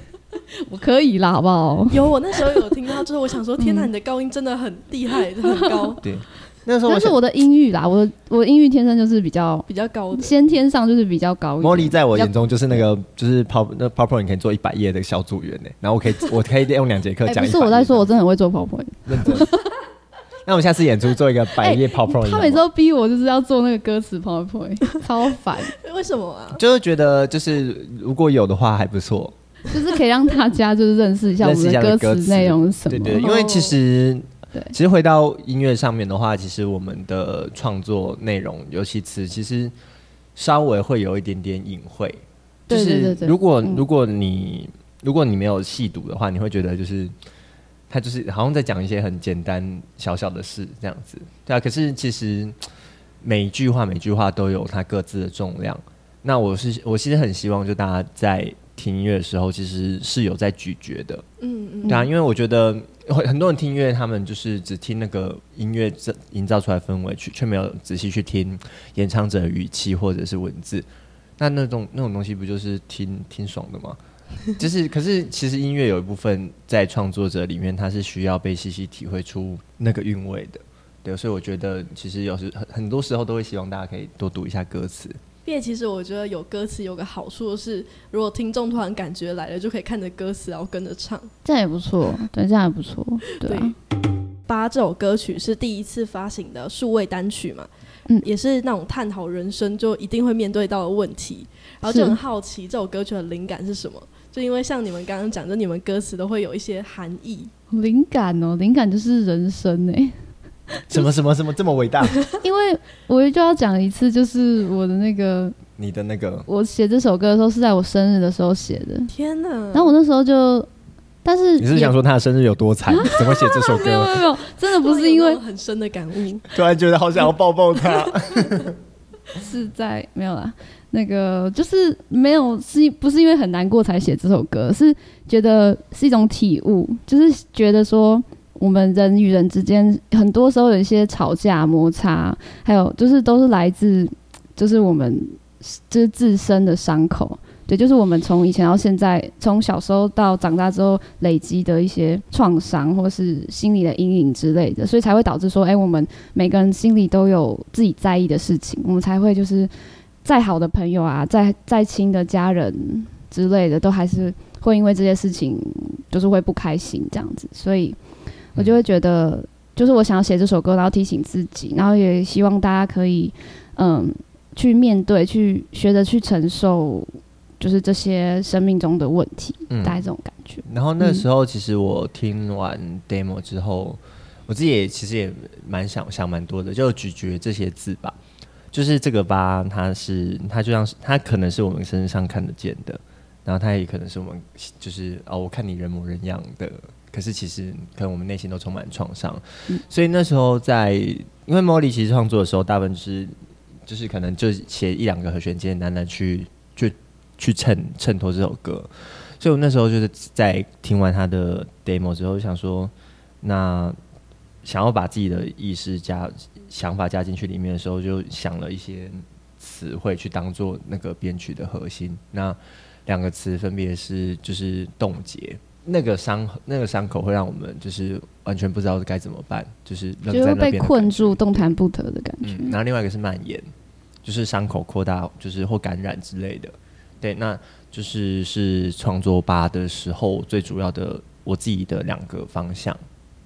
Speaker 2: 我可以啦，好不好？
Speaker 1: 有我那时候有听到，就是我想说，天哪，你的高音真的很厉 害，很高，
Speaker 3: 对。那时候我
Speaker 2: 但是
Speaker 3: 想，
Speaker 2: 我的音域啦，我的我的音域天生就是比较
Speaker 1: 比较高的。
Speaker 2: 先天上就是比较高一点。
Speaker 3: 茉莉在我眼中就是那个就是 pop 那 PowerPoint 可以做一百页的小组员呢，欸然后我可以我可以用两节课
Speaker 2: 哎、
Speaker 3: 讲。
Speaker 2: 不是我在说，我，真的很会做 PowerPoint。
Speaker 3: 认 真。那我们下次演出做一个百页 PowerPoint，
Speaker 2: 哎他每周逼我就是要做那个歌词 PowerPoint，超 烦，
Speaker 1: 为什么啊？
Speaker 3: 就是觉得就是如果有的话还不错，
Speaker 2: 就是可以让大家就是认识一下我们
Speaker 3: 认识一下
Speaker 2: 的
Speaker 3: 那个
Speaker 2: 歌
Speaker 3: 歌
Speaker 2: 词
Speaker 3: 词
Speaker 2: 内容是什么。哦
Speaker 3: 对对，因为其实
Speaker 2: 对
Speaker 3: 其实回到音乐上面的话，其实我们的创作内容，尤其词，其实稍微会有一点点隐晦。就
Speaker 2: 对对
Speaker 3: 是
Speaker 2: 对对
Speaker 3: 如果
Speaker 2: 嗯
Speaker 3: 如果你如果你没有细读的话，你会觉得就是他就是好像在讲一些很简单小小的事这样子，对啊。可是其实每一句话每一句话都有它各自的重量。那我是我其实很希望就大家在听音乐的时候，其实是有在咀嚼的，
Speaker 1: 嗯嗯，
Speaker 3: 对啊，因为我觉得很很多人听音乐，他们就是只听那个音乐这营造出来的氛围，去却没有仔细去听演唱者的语气或者是文字。那那种那种东西不就是听听爽的吗？ 就是，可是其实音乐有一部分在创作者里面，它是需要被细细体会出那个韵味的。对，所以我觉得其实有时很很多时候都会希望大家可以多读一下歌词。
Speaker 1: 并且其实我觉得有歌词有个好处是，如果听众突然感觉来了，就可以看着歌词然后跟着唱。
Speaker 2: 这样也不错，对，这样也不错，对啊，
Speaker 1: 八这首歌曲是第一次发行的数位单曲嘛，
Speaker 2: 嗯
Speaker 1: 也是那种探讨人生就一定会面对到的问题，然后
Speaker 2: 是
Speaker 1: 就很好奇这首歌曲的灵感是什么。就因为像你们刚刚讲，就你们歌词都会有一些含义，
Speaker 2: 灵感哦，灵感就是人生哎、
Speaker 3: 什么什么什么这么伟大？
Speaker 2: 因为我就要讲一次，就是我的那个，
Speaker 3: 你的那个
Speaker 2: 我写这首歌的时候是在我生日的时候写的，
Speaker 1: 天哪！
Speaker 2: 然后我那时候就，但是
Speaker 3: 你是不是想说他的生日有多惨？怎么写这首
Speaker 2: 也 没有
Speaker 3: 歌
Speaker 2: 没？有没有，真的
Speaker 1: 会
Speaker 2: 不
Speaker 1: 有
Speaker 2: 是因
Speaker 1: 那
Speaker 2: 为
Speaker 1: 种很深的感悟，
Speaker 3: 突然觉得好想要抱抱他。
Speaker 2: 是在没有啦，那个就是没有是不是因为很难过才写这首歌，是觉得是一种体悟，就是觉得说我们人与人之间很多时候有一些吵架摩擦，还有就是都是来自就是我们就是自身的伤口。对，就是我们从以前到现在，从小时候到长大之后累积的一些创伤，或是心理的阴影之类的，所以才会导致说，哎、我们每个人心里都有自己在意的事情，我们才会就是再好的朋友啊，再再亲的家人之类的，都还是会因为这些事情就是会不开心这样子，所以我就会觉得，就是我想要写这首歌，然后提醒自己，然后也希望大家可以嗯去面对，去学着去承受。就是这些生命中的问题，
Speaker 3: 嗯
Speaker 2: 大概这种感觉。
Speaker 3: 然后那时候其实我听完 demo 之后，我自己也其实也蛮想想蛮多的，就咀嚼这些字吧。就是这个吧，它是它就像是它可能是我们身上看得见的，然后他也可能是我们就是哦，我看你人模人样的，可是其实可能我们内心都充满创伤，
Speaker 2: 嗯
Speaker 3: 所以那时候在因为 Molly 其实创作的时候，大部分就是就是可能就写一两个和弦，简简单单去去去衬衬托这首歌，所以我那时候就是在听完他的 demo 之后，就想说那想要把自己的意识加想法加进去里面的时候，就想了一些词汇去当做那个编曲的核心。那两个词分别是就是冻结，那个伤那个伤口会让我们就是完全不知道该怎么办，就是
Speaker 2: 就
Speaker 3: 愣在
Speaker 2: 是
Speaker 3: 那边
Speaker 2: 被
Speaker 3: 的
Speaker 2: 困
Speaker 3: 感觉
Speaker 2: 住、动弹不得的感觉。
Speaker 3: 嗯，然后另外一个是蔓延，就是伤口扩大，就是或感染之类的。对，那就是是创作吧的时候最主要的我自己的两个方向。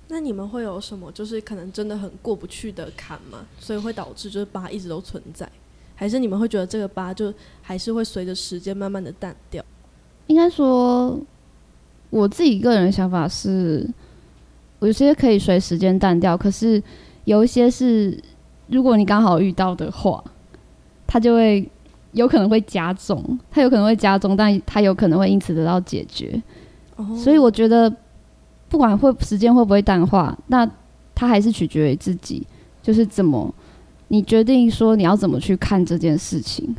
Speaker 1: 那你们会有什么就是可能真的很过不去的坎吗？所以会导致就是疤一直都存在，还是你们会觉得这个疤就还是会随着时间慢慢的淡掉？
Speaker 2: 应该说，我自己个人的想法是，有些可以随时间淡掉，可是有一些是，如果你刚好遇到的话，它就会有可能会加重，它有可能会加重，但它有可能会因此得到解决。
Speaker 1: 哦
Speaker 2: 所以我觉得，不管会时间会不会淡化，那它还是取决于自己，就是怎么你决定说你要怎么去看这件事情，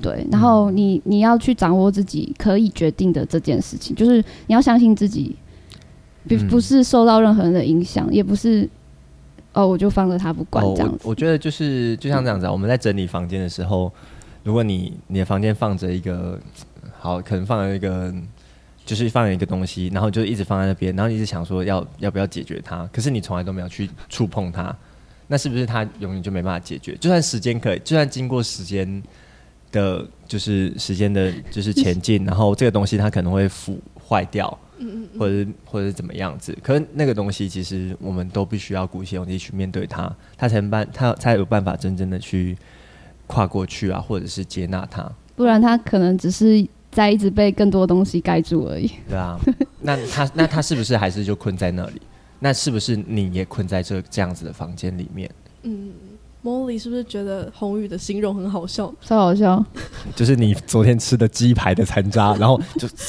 Speaker 2: 对，然后
Speaker 3: 嗯
Speaker 2: 你你要去掌握自己可以决定的这件事情，就是你要相信自己，不
Speaker 3: 嗯
Speaker 2: 不是受到任何人的影响，也不是哦我就放着他不管
Speaker 3: 哦，
Speaker 2: 这样
Speaker 3: 我
Speaker 2: 子，
Speaker 3: 我觉得就是就像这样子啊，我们在整理房间的时候，如果你你的房间放着一个好，可能放了一个就是放了一个东西，然后就一直放在那边，然后你一直想说要要不要解决它，可是你从来都没有去触碰它，那是不是它永远就没办法解决？就算时间可以，就算经过时间的，就是时间的，就是前进，然后这个东西它可能会腐坏掉。或者是或者是怎么样子，可是那个东西其实我们都必须要鼓起勇气去面对它，它才能办，它才有办法真正的去跨过去啊，或者是接纳它，
Speaker 2: 不然他可能只是在一直被更多东西盖住而已。
Speaker 3: 对啊，那他那他是不是还是就困在那里？那是不是你也困在这这样子的房间里面？
Speaker 1: 嗯，Molly 是不是觉得宏宇的形容很好笑？
Speaker 2: 超好笑，
Speaker 3: 就是你昨天吃的鸡排的残渣，然后就，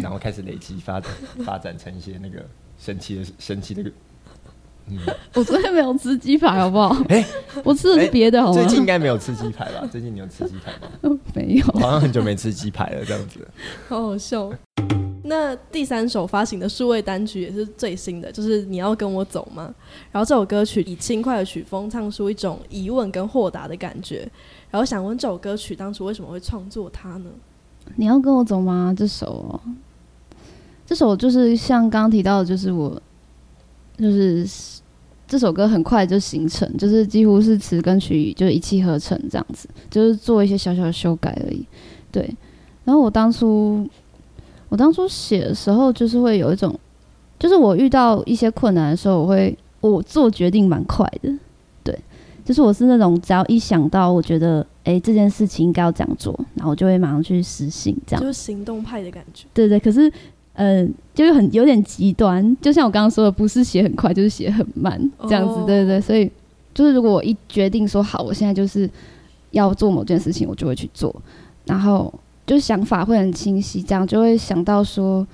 Speaker 3: 然后开始累积发发展成一些那个神奇的神奇的。
Speaker 2: 我昨天没有吃鸡排，好不好？
Speaker 3: 哎
Speaker 2: 我吃的是别的，好吗
Speaker 3: 最？近应该没有吃鸡排吧？最近你有吃鸡排吗？
Speaker 2: 没有。
Speaker 3: 我好像很久没吃鸡排了，这样子。
Speaker 1: 好好笑。那第三首发行的数位单曲也是最新的，就是《你要跟我走吗》。然后这首歌曲以轻快的曲风唱出一种疑问跟豁达的感觉。然后想问这首歌曲当初为什么会创作它呢？
Speaker 2: 你要跟我走吗？这首哦、这首就是像刚刚提到的，就是我，就是这首歌很快就形成，就是几乎是词跟曲就是一气呵成这样子，就是做一些小小的修改而已。对，然后我当初我当初写的时候，就是会有一种，就是我遇到一些困难的时候，我会我做决定蛮快的，对，就是我是那种只要一想到我觉得诶这件事情应该要这样做，然后我就会马上去实行这样
Speaker 1: 就。是行动派的感觉。
Speaker 2: 对对，可是呃，就是很有点极端，就像我刚刚说的，不是写很快，就是写很慢这样子。
Speaker 1: 哦
Speaker 2: 对对对，所以就是如果我一决定说好，我现在就是要做某件事情，我就会去做，然后就想法会很清晰，这样就会想到说，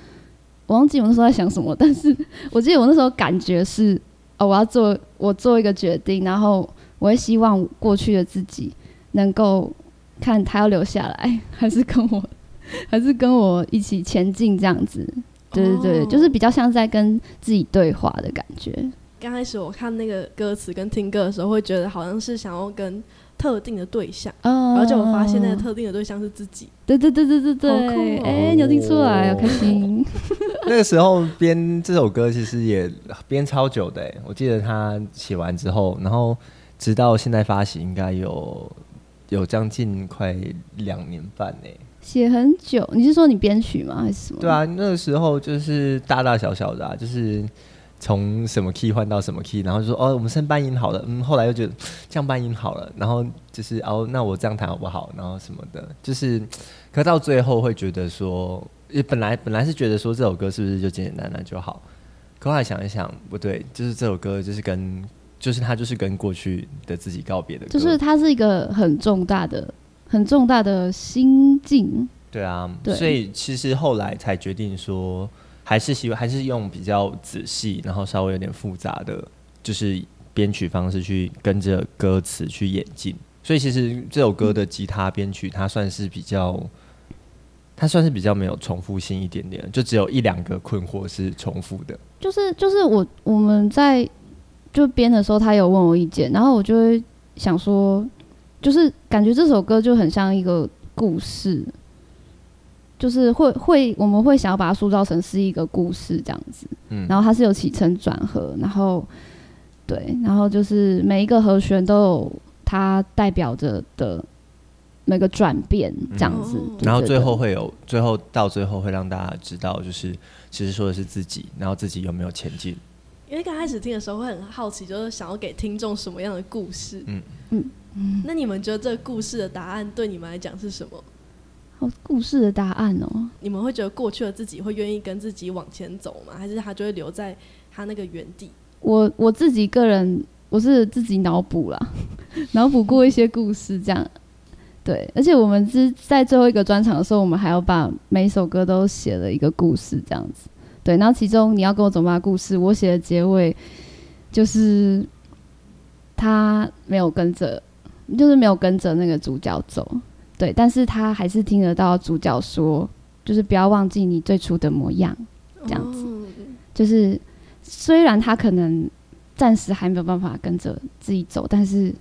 Speaker 2: 我忘记我那时候在想什么，但是我记得我那时候感觉是，哦，我要做我做一个决定，然后我会希望过去的自己能够看他要留下来， 还是跟我，还是跟我一起前进这样子。对对对，
Speaker 1: 哦
Speaker 2: 就是比较像在跟自己对话的感觉。
Speaker 1: 刚开始我看那个歌词跟听歌的时候，会觉得好像是想要跟特定的对象，
Speaker 2: 嗯，
Speaker 1: 然后结果发现那个特定的对象是自己。
Speaker 2: 对对对对对对，
Speaker 1: 好酷
Speaker 2: 哎、
Speaker 1: 哦
Speaker 2: 你有听出来，好开心。
Speaker 3: 那个时候编这首歌其实也编超久的欸，我记得他写完之后，然后直到现在发行应该有有将近快两年半欸呢。
Speaker 2: 写很久，你是说你编曲吗？还是什么？
Speaker 3: 对啊，那个时候就是大大小小的、啊，就是从什么 key 换到什么 key，然后就说哦，我们升半音好了，嗯，后来又觉得这样半音好了，然后就是哦，那我这样弹好不好？然后什么的，就是，可到最后会觉得说，也本来本来是觉得说这首歌是不是就简简单单就好，可后来想一想，不对，就是这首歌就是跟就是它就是跟过去的自己告别的歌，
Speaker 2: 就是它是一个很重大的、很重大的心境，
Speaker 3: 对啊，
Speaker 2: 对
Speaker 3: 所以其实后来才决定说，还是希望还是用比较仔细，然后稍微有点复杂的，就是编曲方式去跟着歌词去演进。所以其实这首歌的吉他编曲，它算是比较，它算是比较没有重复性一点点，就只有一两个困惑是重复的。
Speaker 2: 就是就是我我们在就编的时候，他有问我意见，然后我就会想说，就是感觉这首歌就很像一个故事，就是会会我们会想要把它塑造成是一个故事这样子，
Speaker 3: 嗯
Speaker 2: 然后它是有起承转合，然后对，然后就是每一个和弦都有它代表着的每个转变这样子，
Speaker 1: 嗯
Speaker 2: 对
Speaker 3: 然后
Speaker 2: 对
Speaker 3: 最
Speaker 2: 对
Speaker 3: 后会有，最后到最后会让大家知道，就是其实说的是自己，然后自己有没有前进。
Speaker 1: 因为刚开始听的时候会很好奇，就是想要给听众什么样的故事。
Speaker 3: 嗯
Speaker 2: 嗯
Speaker 1: 那你们觉得这个故事的答案对你们来讲是什么？
Speaker 2: 好故事的答案哦、
Speaker 1: 你们会觉得过去的自己会愿意跟自己往前走吗？还是他就会留在他那个原地？
Speaker 2: 我我自己个人，我是自己脑补啦， 脑补过一些故事这样。对，而且我们是在最后一个专场的时候，我们还要把每一首歌都写了一个故事这样子。对，然后其中你要跟我走吧的故事，我写的结尾就是他没有跟着，就是没有跟着那个主角走。对，但是他还是听得到主角说，就是不要忘记你最初的模样。这样子
Speaker 1: 哦
Speaker 2: 就是虽然他可能暂时还没有办法跟着自己走，但是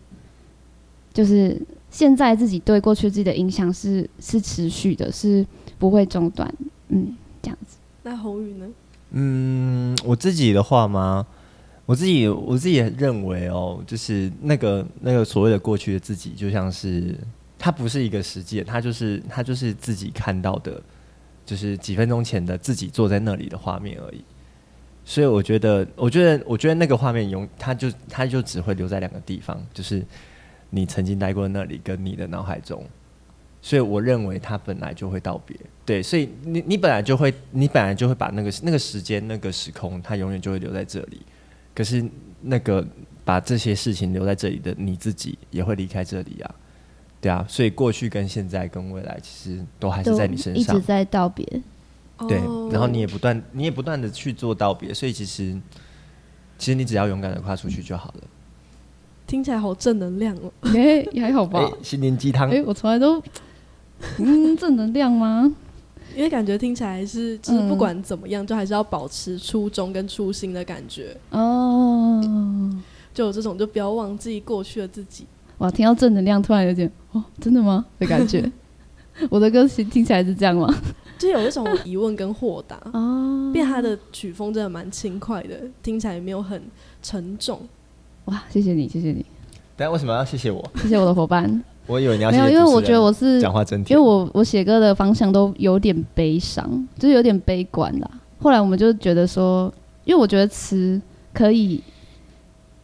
Speaker 2: 就是现在自己对过去自己的影响是是持续的，是不会中断。嗯，这样子。
Speaker 1: 那宏宇呢？
Speaker 3: 嗯，我自己的话吗？我自己我自己也认为哦，就是那个那个所谓的过去的自己，就像是它不是一个实践，它就是它就是自己看到的，就是几分钟前的自己坐在那里的画面而已。所以我觉得，我觉得，我觉得那个画面永，它就它就只会留在两个地方，就是你曾经待过的那里跟你的脑海中。所以我认为它本来就会道别，对，所以你你本来就会，你本来就会把那个那个时间、那个时空，它永远就会留在这里。可是那个把这些事情留在这里的你自己，也会离开这里啊，对啊。所以过去跟现在跟未来，其实都还是在你身
Speaker 2: 一
Speaker 3: 上
Speaker 2: 直，在道别，
Speaker 3: 对
Speaker 1: 哦，
Speaker 3: 然后你也不断，你也不断的去做道别，所以其实，其实你只要勇敢的跨出去就好了。
Speaker 1: 听起来好正能量哦。
Speaker 2: 哎、也还好吧
Speaker 3: 哎、心灵鸡汤
Speaker 2: 哎、，我从来都嗯正能量吗？
Speaker 1: 因为感觉听起来是，就是不
Speaker 2: 嗯
Speaker 1: 管怎么样，就还是要保持初衷跟初心的感觉。
Speaker 2: 哦，
Speaker 1: 就有这种，就不要忘记过去的自己。
Speaker 2: 哇，听到正能量突然有点哦，真的吗的感觉。 我的歌其实听起来是这样吗？
Speaker 1: 就有一种疑问跟豁达。
Speaker 2: 哦
Speaker 1: 变他的曲风真的蛮轻快的，听起来也没有很沉重。
Speaker 2: 哇，谢谢你，谢谢你，
Speaker 3: 但为什么要谢谢我？
Speaker 2: 谢谢我的伙伴。
Speaker 3: 我以为你要
Speaker 2: 没
Speaker 3: 啊谢谢
Speaker 2: 有，因为
Speaker 3: 主持
Speaker 2: 我觉得
Speaker 3: 人
Speaker 2: 我是，
Speaker 3: 讲话真
Speaker 2: 因
Speaker 3: 甜，
Speaker 2: 为我我写歌的方向都有点悲伤，就是有点悲观啦。后来我们就觉得说，因为我觉得词可以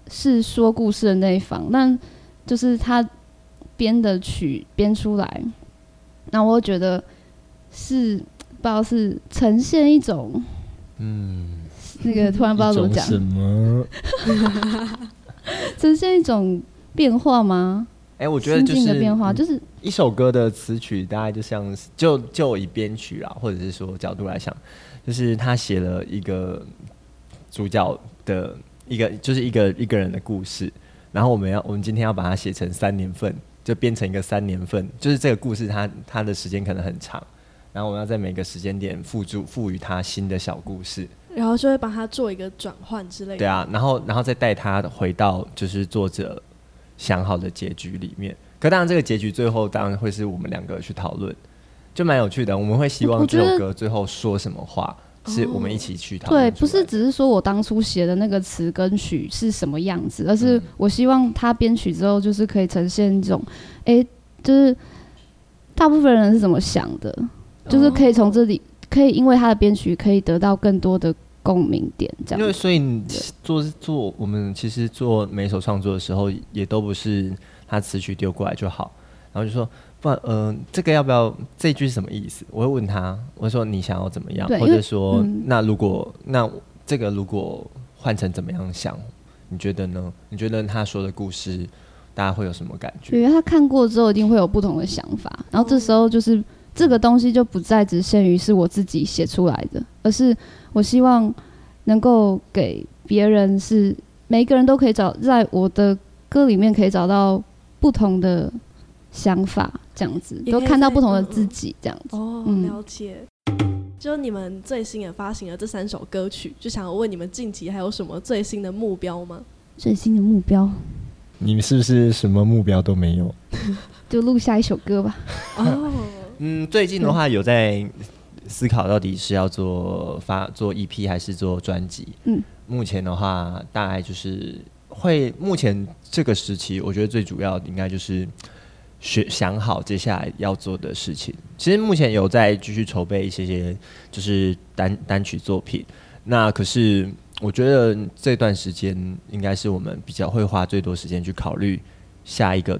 Speaker 2: 是说故事的那一方，但就是他编的曲编出来，那我觉得是不知道是呈现一种
Speaker 3: 嗯，
Speaker 2: 那个突然不知道怎么 讲
Speaker 4: 一，种什么？
Speaker 2: 呈现一种变化吗？
Speaker 3: 哎、我觉得就
Speaker 2: 心境的
Speaker 3: 是嗯
Speaker 2: 变化，就是
Speaker 3: 一首歌的词曲大概就像是就就以编曲啊，或者是说角度来想，就是他写了一个主角的一个就是一个一个人的故事，然后我们要我们今天要把它写成三年份，就编成一个三年份，就是这个故事它它的时间可能很长，然后我们要在每个时间点附注赋予它新的小故事，
Speaker 1: 然后就会帮他做一个转换之类的。
Speaker 3: 对啊，然后然后再带他回到就是作者想好的结局里面。可当然，这个结局最后当然会是我们两个去讨论，就蛮有趣的。我们会希望
Speaker 2: 我觉
Speaker 3: 这
Speaker 2: 得
Speaker 3: 首歌最后说什么话，是我们一起去讨论
Speaker 2: 对，
Speaker 3: 出
Speaker 2: 不
Speaker 3: 来
Speaker 2: 是
Speaker 3: 的。
Speaker 2: 只是说我当初写的那个词跟曲是什么样子，而
Speaker 3: 嗯
Speaker 2: 是我希望他编曲之后，就是可以呈现一种，诶，就是大部分人是怎么想的，
Speaker 3: 嗯
Speaker 2: 就是
Speaker 3: 哦
Speaker 2: 可以从这里，可以因为他的编曲可以得到更多的共鸣点，这
Speaker 3: 因为
Speaker 2: 样。
Speaker 3: 所以你做做我们其实做每首创作的时候，也都不是他词曲丢过来就好，然后就说不然，嗯、这个要不要这句是什么意思？我会问他，我会说你想要怎么样，
Speaker 2: 对
Speaker 3: 或
Speaker 2: 因
Speaker 3: 者
Speaker 2: 为
Speaker 3: 说、
Speaker 2: 嗯
Speaker 3: 那如果那这个如果换成怎么样想，你觉得呢？你觉得他说的故事，大家会有什么感觉？
Speaker 2: 嗯因为他看过之后，一定会有不同的想法，然后这时候就是这个东西就不再只限于是我自己写出来的，而是我希望能够给别人是每一个人都可以找在我的歌里面可以找到不同的想法，这样子
Speaker 1: 也
Speaker 2: 都
Speaker 1: 可以
Speaker 2: 看到
Speaker 1: 在
Speaker 2: 不同的
Speaker 1: 嗯嗯
Speaker 2: 自己，这样子。
Speaker 1: 哦，
Speaker 2: 嗯
Speaker 1: 了解。就你们最新也发行了这三首歌曲，就想问你们近期还有什么最新的目标吗？
Speaker 2: 最新的目标
Speaker 4: 你们是不是什么目标都没有？
Speaker 2: 就录下一首歌吧。
Speaker 1: 哦，
Speaker 3: 嗯，最近的话有在思考到底是要做发做 EP 还是做专辑。
Speaker 2: 嗯，
Speaker 3: 目前的话大概就是会，目前这个时期，我觉得最主要的应该就是学想好接下来要做的事情。其实目前有在继续筹备一些些就是单单曲作品，那可是我觉得这段时间应该是我们比较会花最多时间去考虑下一个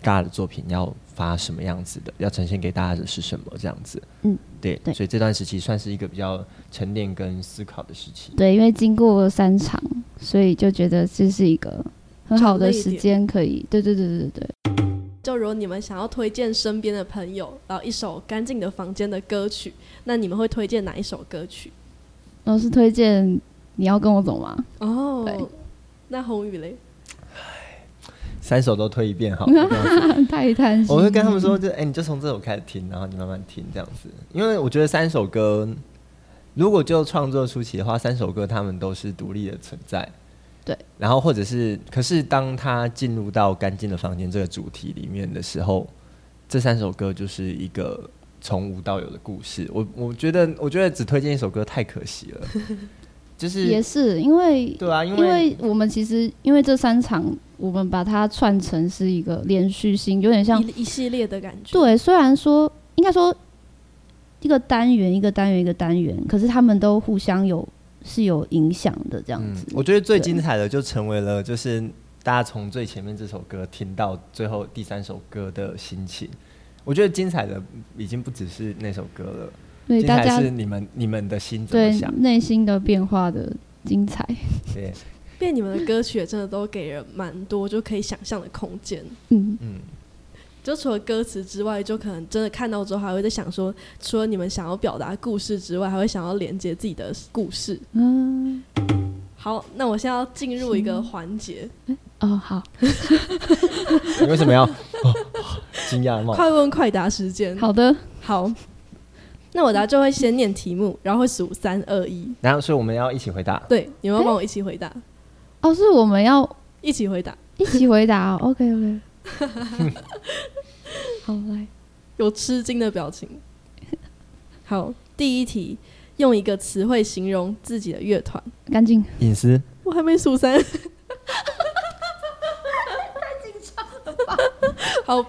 Speaker 3: 大的作品要发什么样子的，要呈现给大家的是什么这样子。
Speaker 2: 嗯，
Speaker 3: 对，
Speaker 2: 对
Speaker 3: 所以这段时期算是一个比较沉淀跟思考的时期。
Speaker 2: 对，因为经过三场，所以就觉得这是一个很好的时间，可以。对对对对对对，
Speaker 1: 就如果你们想要推荐身边的朋友，然后一首《干净的房间》的歌曲，那你们会推荐哪一首歌曲？
Speaker 2: 老师推荐你要跟我走吗？
Speaker 1: 哦
Speaker 2: 对，
Speaker 1: 那宏宇嘞？
Speaker 3: 三首都推一遍好了，这样子
Speaker 2: 太贪心。
Speaker 3: 我会跟他们说，就哎、你就从这首开始听，然后你慢慢听这样子。因为我觉得三首歌，如果就创作初期的话，三首歌他们都是独立的存在。
Speaker 2: 对。
Speaker 3: 然后或者是，可是当他进入到干净的房间这个主题里面的时候，这三首歌就是一个从无到有的故事。我我觉得，我觉得只推荐一首歌太可惜了，就是
Speaker 2: 也是，因为
Speaker 3: 对啊，因
Speaker 2: 因
Speaker 3: 为
Speaker 2: 为我们其实因为这三场，我们把它串成是一个连续性，有点像
Speaker 1: 一一系列的感觉。，
Speaker 2: 对，虽然说应该说一个单元一个单元一个单元，可是他们都互相有是有影响的这样子。
Speaker 3: 我觉得最精彩的就成为了，就是大家从最前面这首歌听到最后第三首歌的心情。我觉得精彩的已经不只是那首歌了，
Speaker 2: 对
Speaker 3: 精
Speaker 2: 大
Speaker 3: 彩
Speaker 2: 家
Speaker 3: 是你们你们的心怎么
Speaker 2: 对
Speaker 3: 想。
Speaker 2: 内心的变化的精彩。
Speaker 3: 对，
Speaker 1: 变你们的歌曲也真的都给人蛮多就可以想象的空间。
Speaker 2: 嗯，
Speaker 3: 嗯，
Speaker 1: 就除了歌词之外，就可能真的看到之后还会在想说，除了你们想要表达故事之外，还会想要连接自己的故事。
Speaker 2: 嗯
Speaker 1: 好，那我现在要进入一个环节，
Speaker 2: 哦，好，
Speaker 3: 你为什么要 哦惊讶吗？
Speaker 1: 快问快答时间。
Speaker 2: 好的，
Speaker 1: 好，那我等下就会先念题目，然后会数三二一。
Speaker 3: 然后所以我们要一起回答。
Speaker 1: 对，你们要帮我一起回答，
Speaker 2: 哦，是我们要
Speaker 1: 一起回答。
Speaker 2: 一起回答哦，OK OK，好来，
Speaker 1: 有吃惊的表情。好，第一题，用一个词汇形容自己的乐团。
Speaker 2: 干净，
Speaker 3: 隐私，
Speaker 1: 我还没数 三。太紧张了吧？好，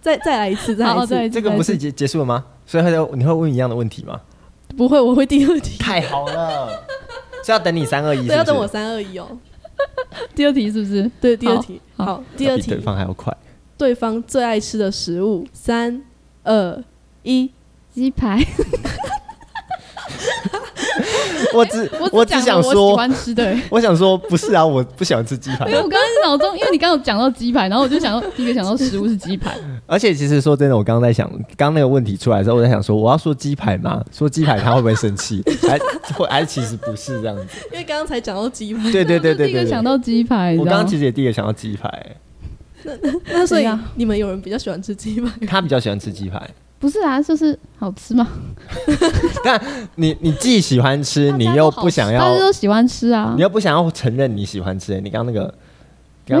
Speaker 1: 再再来一次，再来
Speaker 2: 好
Speaker 1: 一次。
Speaker 2: 再来一次
Speaker 3: 这个不是结结束了吗？所以他就你会问一样的问题吗？
Speaker 1: 不会，我会第二题。
Speaker 3: 太好了，是要等你三二一，
Speaker 1: 对，要等我
Speaker 3: 是
Speaker 1: 三二一哦。
Speaker 2: 第二题是不是？
Speaker 1: 对，第二题。
Speaker 2: 好
Speaker 1: 好，
Speaker 3: 不
Speaker 1: 第
Speaker 3: 是
Speaker 1: 二
Speaker 3: 比
Speaker 1: 题
Speaker 3: 对，方还要快。
Speaker 1: 对方最爱吃的食物。三、二、一。
Speaker 2: 鸡排，
Speaker 3: 我只
Speaker 2: 哎我
Speaker 3: 只想
Speaker 2: 讲了我喜
Speaker 3: 说，
Speaker 2: 欢吃的、欸，
Speaker 3: 我想说不是啊，我不喜欢吃鸡排
Speaker 2: 因。为我刚刚脑中，因为你刚刚有讲到鸡排，然后我就想到第一个想到食物是鸡排，
Speaker 3: 而且其实说真的，我刚刚在想，刚刚那个问题出来的时候，我在想说，我要说鸡排吗？说鸡排他会不会生气？还会还其实不是这样子。
Speaker 1: 因为刚刚才讲到鸡 排，
Speaker 3: 对对对
Speaker 2: 第
Speaker 3: 对
Speaker 2: 一个
Speaker 3: 对
Speaker 2: 想
Speaker 3: 对。
Speaker 2: 到鸡排，你
Speaker 3: 我
Speaker 2: 知
Speaker 3: 刚
Speaker 2: 道
Speaker 3: 刚
Speaker 2: 吗
Speaker 3: 其？实也第一个想到鸡排、
Speaker 1: 那所以
Speaker 2: 等一下
Speaker 1: 你们有人比较喜欢吃鸡排 吗？
Speaker 3: 他比较喜欢吃鸡排。
Speaker 2: 不是啊，就是好吃吗？
Speaker 3: 你你既喜欢吃，你又不想
Speaker 2: 大
Speaker 3: 要
Speaker 2: 家，都喜欢吃啊
Speaker 3: 你，又不想要承认你喜欢吃、你刚刚那个，
Speaker 2: 没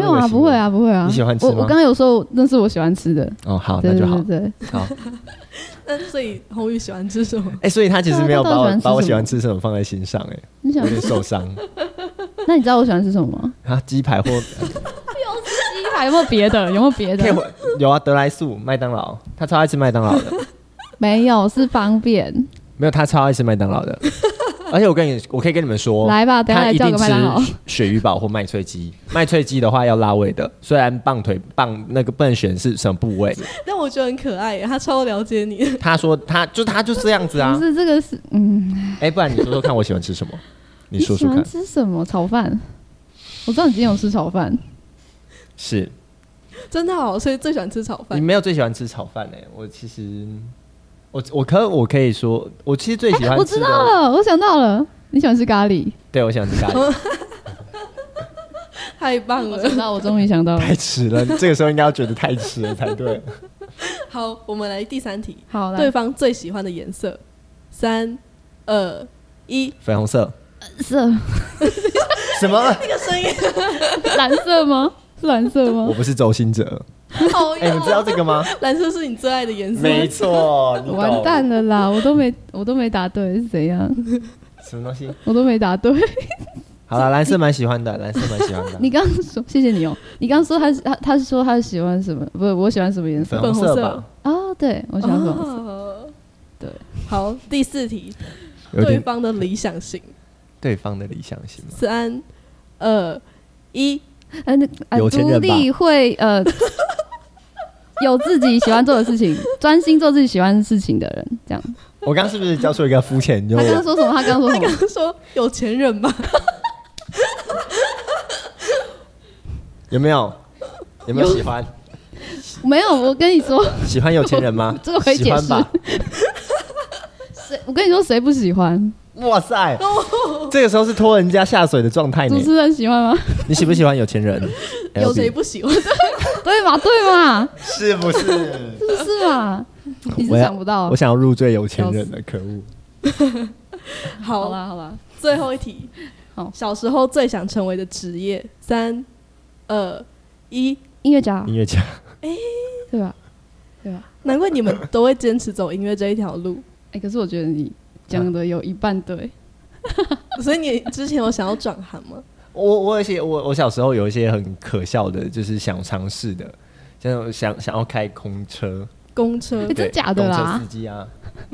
Speaker 3: 刚刚
Speaker 2: 有
Speaker 3: 那
Speaker 2: 啊，
Speaker 3: 个
Speaker 2: 不会啊，不会啊，
Speaker 3: 你喜欢吃
Speaker 2: 我
Speaker 3: 吗
Speaker 2: 我刚刚有说那是我喜欢吃的，
Speaker 3: 行为。哦，好，
Speaker 2: 对
Speaker 3: 那
Speaker 2: 对
Speaker 3: 就好
Speaker 2: 对。对，
Speaker 3: 好，
Speaker 1: 那所以红宇喜欢吃什么？
Speaker 3: 哎、所以他其实没有把
Speaker 2: 对啊
Speaker 3: 我
Speaker 2: 他
Speaker 3: 把
Speaker 2: 到
Speaker 3: 我
Speaker 2: 底喜
Speaker 3: 喜
Speaker 2: 欢
Speaker 3: 欢吃什么放在心上、
Speaker 2: 你
Speaker 3: 哎，
Speaker 2: 想
Speaker 3: 有，点受伤。
Speaker 2: 那你知道我喜欢吃什么吗？
Speaker 3: 啊，鸡 排或
Speaker 2: 鸡排有没有别的？有没有别
Speaker 3: 可以
Speaker 2: 的？
Speaker 3: 回有啊，德莱素、麦当劳，他超爱吃麦当劳的。
Speaker 2: 没有，是方便。
Speaker 3: 没有，他超爱吃麦当劳 的。而且我跟你，我可以跟你们说，
Speaker 2: 来吧，等一下
Speaker 3: 他
Speaker 2: 来
Speaker 3: 一
Speaker 2: 叫
Speaker 3: 定
Speaker 2: 个
Speaker 3: 吃
Speaker 2: 麦当劳。
Speaker 3: 鳕鱼堡或麦脆鸡。麦脆鸡的话要辣味的，虽然棒腿棒那个笨选是什么部 位，
Speaker 1: 但我觉得很可爱耶，他超了解你。
Speaker 3: 他说他就他就是这样子啊
Speaker 2: 不。是这个是嗯，
Speaker 3: 哎、不然你说说看，我喜欢吃什 么？你说
Speaker 2: 喜
Speaker 3: 说看
Speaker 2: 欢，吃什么？炒饭。我知道你今天有吃炒饭，
Speaker 3: 是
Speaker 1: 真的好，所以最喜欢吃炒
Speaker 3: 你
Speaker 1: 饭。
Speaker 3: 欸没有最喜欢吃炒饭哎、我其实我我可我可以说，我其实最喜
Speaker 2: 哎
Speaker 3: 欢
Speaker 2: 我
Speaker 3: 吃
Speaker 2: 知
Speaker 3: 的，
Speaker 2: 道了，我想到了，你喜欢吃咖喱？
Speaker 3: 对我喜欢吃咖 喱。
Speaker 1: 太棒
Speaker 2: 我
Speaker 1: 了
Speaker 2: 想。到，我终于想到了。
Speaker 4: 太迟了，这个时候应该要觉得太迟了才 对。
Speaker 1: 好，我们来第三题，
Speaker 2: 好了，
Speaker 1: 对方最喜欢的颜色，三、二、一，
Speaker 3: 粉红色，
Speaker 2: 色，
Speaker 4: 什 么？
Speaker 1: 那个声音
Speaker 2: 蓝色吗？是蓝色
Speaker 4: 我
Speaker 2: 吗？
Speaker 4: 不是周星哲。
Speaker 1: 好
Speaker 4: 哎、你知道这个吗？
Speaker 1: 蓝色是你最爱的颜色，
Speaker 4: 没错，你懂
Speaker 2: 完蛋了啦！我都没，我都没答对，是怎样？
Speaker 4: 什么东西？
Speaker 2: 我都没 答对。
Speaker 3: 好了，蓝色蛮喜欢的，蓝色蛮喜欢的。
Speaker 2: 你刚刚说，谢谢你哦。你刚刚说他是他他是说他喜欢什么？不是，我喜欢什么颜色
Speaker 3: 粉
Speaker 1: 粉
Speaker 3: 红
Speaker 1: 红
Speaker 3: 色
Speaker 1: 色
Speaker 3: 吧，
Speaker 2: 啊？对，我喜欢粉红色。
Speaker 1: 哦
Speaker 2: 对，
Speaker 1: 好，第四题，
Speaker 3: 有
Speaker 1: 对
Speaker 3: 点
Speaker 1: 方的理想型，
Speaker 3: 对方的理想型嘛。
Speaker 1: 三、二、一，
Speaker 2: 哎，那哎
Speaker 3: 有钱人吧
Speaker 2: 独立会 呃，有自己喜欢做的事情，专心做自己喜欢的事情的人，这样。
Speaker 4: 我刚刚是不是教出一个肤浅？就
Speaker 2: 他刚刚说什么？他刚刚说什 么？
Speaker 1: 他说有钱人吧，
Speaker 3: 有没有？有没有喜欢？
Speaker 2: 没有，我跟你说，？
Speaker 3: 喜欢有钱人吗
Speaker 2: 这个可以
Speaker 3: 喜
Speaker 2: 解
Speaker 3: 欢
Speaker 2: 释
Speaker 3: 吧？。
Speaker 2: 谁？我跟你说，谁不喜欢？
Speaker 4: 哇 塞，
Speaker 2: 哦
Speaker 4: 这个时候是拖人家下水的状
Speaker 3: 哎
Speaker 4: 态呢
Speaker 2: 主。持人喜欢吗？
Speaker 3: 你喜不喜欢哎有钱 人？
Speaker 1: 有谁
Speaker 3: LB？
Speaker 1: 不喜欢？
Speaker 2: 对嘛，对嘛，
Speaker 4: 是不是？
Speaker 2: 是不是嘛？ 你是
Speaker 3: 我要
Speaker 2: 想不到
Speaker 4: 我。想要入赘有钱人了，可恶！
Speaker 2: 好
Speaker 1: 好，
Speaker 2: 啦，好啦，
Speaker 1: 最后一题，
Speaker 2: 好
Speaker 1: 小时候最想成为的职业，三、二、一，
Speaker 2: 音乐家
Speaker 3: 嗯
Speaker 4: 音乐家，
Speaker 2: 对吧？对吧？
Speaker 1: 难怪你们都会坚持走音乐这一条路，
Speaker 2: 哎，可是我觉得你讲的有一半对。
Speaker 1: 所以你之前有想要转行吗？
Speaker 3: 我我有一些我我小时候有一些很可笑的，就是想尝试的，像想想要开空车，
Speaker 1: 公车
Speaker 2: 哎，真
Speaker 3: 对，
Speaker 2: 的假的
Speaker 3: 公车
Speaker 2: 啦
Speaker 3: 司？机啊，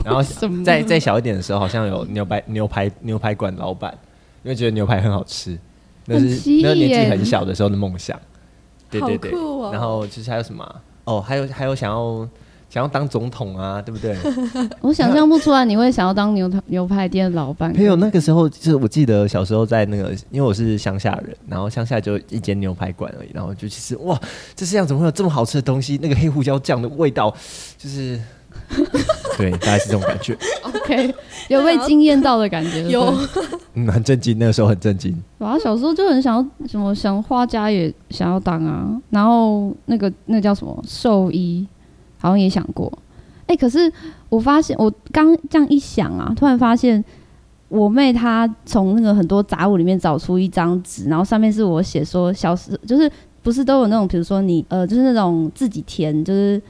Speaker 3: 然后
Speaker 2: 什么
Speaker 3: 再再小一点的时候，好像有牛排牛排牛排馆老板，因为觉得牛排很好吃，那
Speaker 2: 很
Speaker 3: 是
Speaker 2: 奇异
Speaker 3: 那是年纪
Speaker 2: 耶
Speaker 3: 很小的时候的梦想。对对对，
Speaker 1: 好酷哦
Speaker 3: 然后就是还有什么啊、哦，还有还有想要想要当总统啊，对不对？
Speaker 2: 我想象不出来你会想要当牛排牛排店的老板。
Speaker 3: 没有，那个时候就是我记得小时候在那个，因为我是乡下人，然后乡下就一间牛排馆而已，然后就其实哇，这世界上怎么会有这么好吃的东西？那个黑胡椒酱的味道，就是 对，大概是这种感觉。
Speaker 2: OK，有被惊艳到的感觉。
Speaker 1: 有
Speaker 2: 对不对
Speaker 3: 嗯，很震惊，那个时候很震惊。
Speaker 2: 哇，小时候就很想要什么，想画家也想要当啊，然后那个那叫什么兽医，好像也想过。哎、可是我发现，我刚这样一想啊，突然发现我妹她从那个很多杂物里面找出一张纸，然后上面是我写说小时就是不是都有那种，比如说你呃，就是那种自己填，就是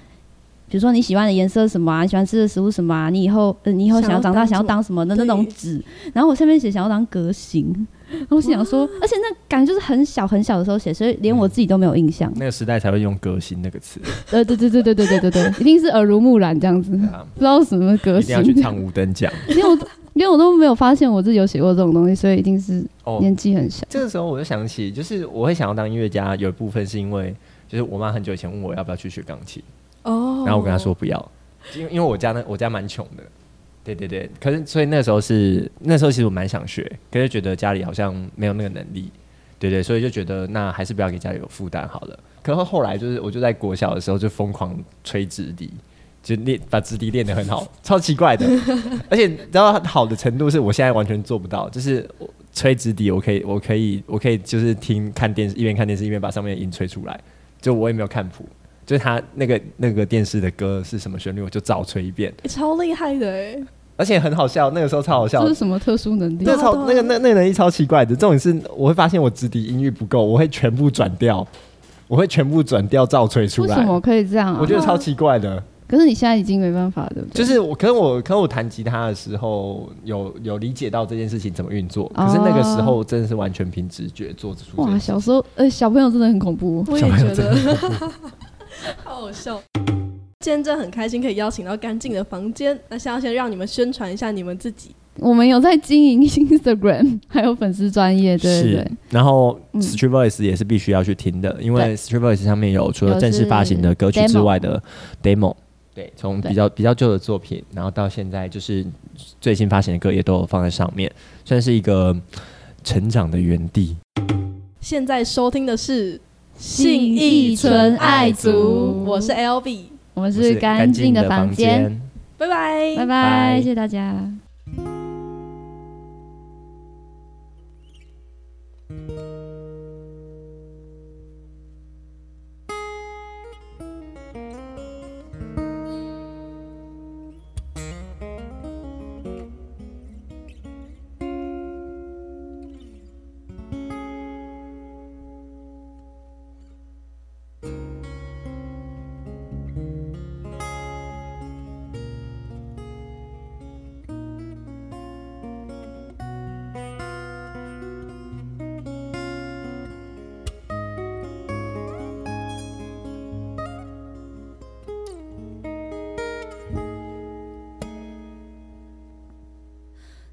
Speaker 2: 比如说你喜欢的颜色是什么啊，你喜欢吃的食物什么啊，你以后、呃、你以后想要长大
Speaker 1: 想
Speaker 2: 想
Speaker 1: 要
Speaker 2: 要
Speaker 1: 当
Speaker 2: 当什么的那种
Speaker 1: 对
Speaker 2: 纸，然后我下面写想要当革新，然后我心想说，而且那感觉就是很小很小的时候写，所以连我自己都没有印象。
Speaker 3: 那个时代才会用“革新”那个词，
Speaker 2: 呃， 对对对对对对对对，一定是耳濡目染这样子，
Speaker 3: 对啊
Speaker 2: 不知道什么革
Speaker 3: 一定
Speaker 2: 新
Speaker 3: 要，去唱五等奖。
Speaker 2: 因为我 因为我都没有发现我自己有写过这种东西，所以一定是
Speaker 3: 哦，
Speaker 2: 年纪很小。
Speaker 3: 这个时候我就想起，就是我会想要当音乐家，有一部分是因为，就是我妈很久以前问我要不要去学钢琴，
Speaker 1: 哦，
Speaker 3: 然后我跟她说不要，因为因为我家呢，我家蛮穷的，对对对，可是所以那时候是那时候其实我蛮想学，可是觉得家里好像没有那个能力，对对，所以就觉得那还是不要给家里有负担好了。可是后来就是我就在国小的时候就疯狂吹直笛。就练把直笛练得很好，超奇怪的， 而且你知道好的程度是我现在完全做不到，就是我吹直笛，我可以，我可以，我可以就是听看电视，一边看电视一边把上面的音吹出来，就我也没有看谱，就是他那个那个电视的歌是什么旋律，我就照吹一遍，
Speaker 1: 欸超厉害的哎，
Speaker 3: 而且很好笑，那个时候超好笑
Speaker 2: 这
Speaker 3: 的
Speaker 2: 是，什么特殊能力？
Speaker 3: 那
Speaker 1: 对
Speaker 3: 超那个那那个能力超奇怪的，重点是我会发现我直笛音域不够，我会全部转调，我会全部转调照吹出
Speaker 2: 为
Speaker 3: 来
Speaker 2: 什，么可以这样啊
Speaker 4: 我？觉得超奇怪的。
Speaker 2: 可是你现在已经没办法，对不对？
Speaker 3: 就是我，可是我，可是我弹吉他的时候有有理解到这件事情怎么运作，可是那个时候真的是完全凭直觉做出这
Speaker 2: 哇，
Speaker 3: 件事。
Speaker 2: 小时候呃，小朋友真的很恐怖。
Speaker 1: 我也觉得 好好笑。今天真的很开心，可以邀请到干净的房间。那先要先让你们宣传一下你们自己，
Speaker 2: 我们有在经营 Instagram，还有粉丝专业，对对对
Speaker 3: 是，，然后
Speaker 2: 嗯
Speaker 3: Street Voice 也是必须要去听的，因为
Speaker 2: 对
Speaker 3: Street Voice 上面有除了
Speaker 2: 有
Speaker 3: 正式
Speaker 2: 是
Speaker 3: 发行的歌曲之
Speaker 2: demo
Speaker 3: 外的 demo，对，从
Speaker 2: 对
Speaker 3: 比较比较旧的作品，然后到现在就是最新发行的歌也都有放在上面，算是一个成长的园地。
Speaker 1: 现在收听的是《
Speaker 2: 信义纯爱族
Speaker 1: 我是 LV。
Speaker 2: 我们
Speaker 3: 我
Speaker 2: 是干
Speaker 3: 净
Speaker 2: 净的
Speaker 3: 房
Speaker 2: 房间。，
Speaker 1: 拜拜，
Speaker 2: 拜
Speaker 3: 拜
Speaker 2: 拜，谢谢大家。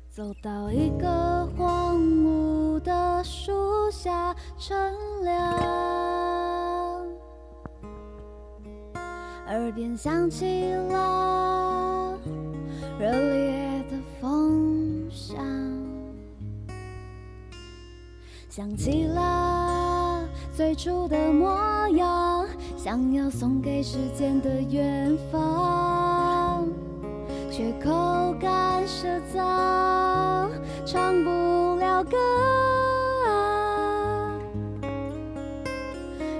Speaker 5: 走到一个荒芜的树下乘凉，耳边响起了热烈的风声，想起了最初的模样，想要送给时间的远方。却口干舌燥，唱不了歌。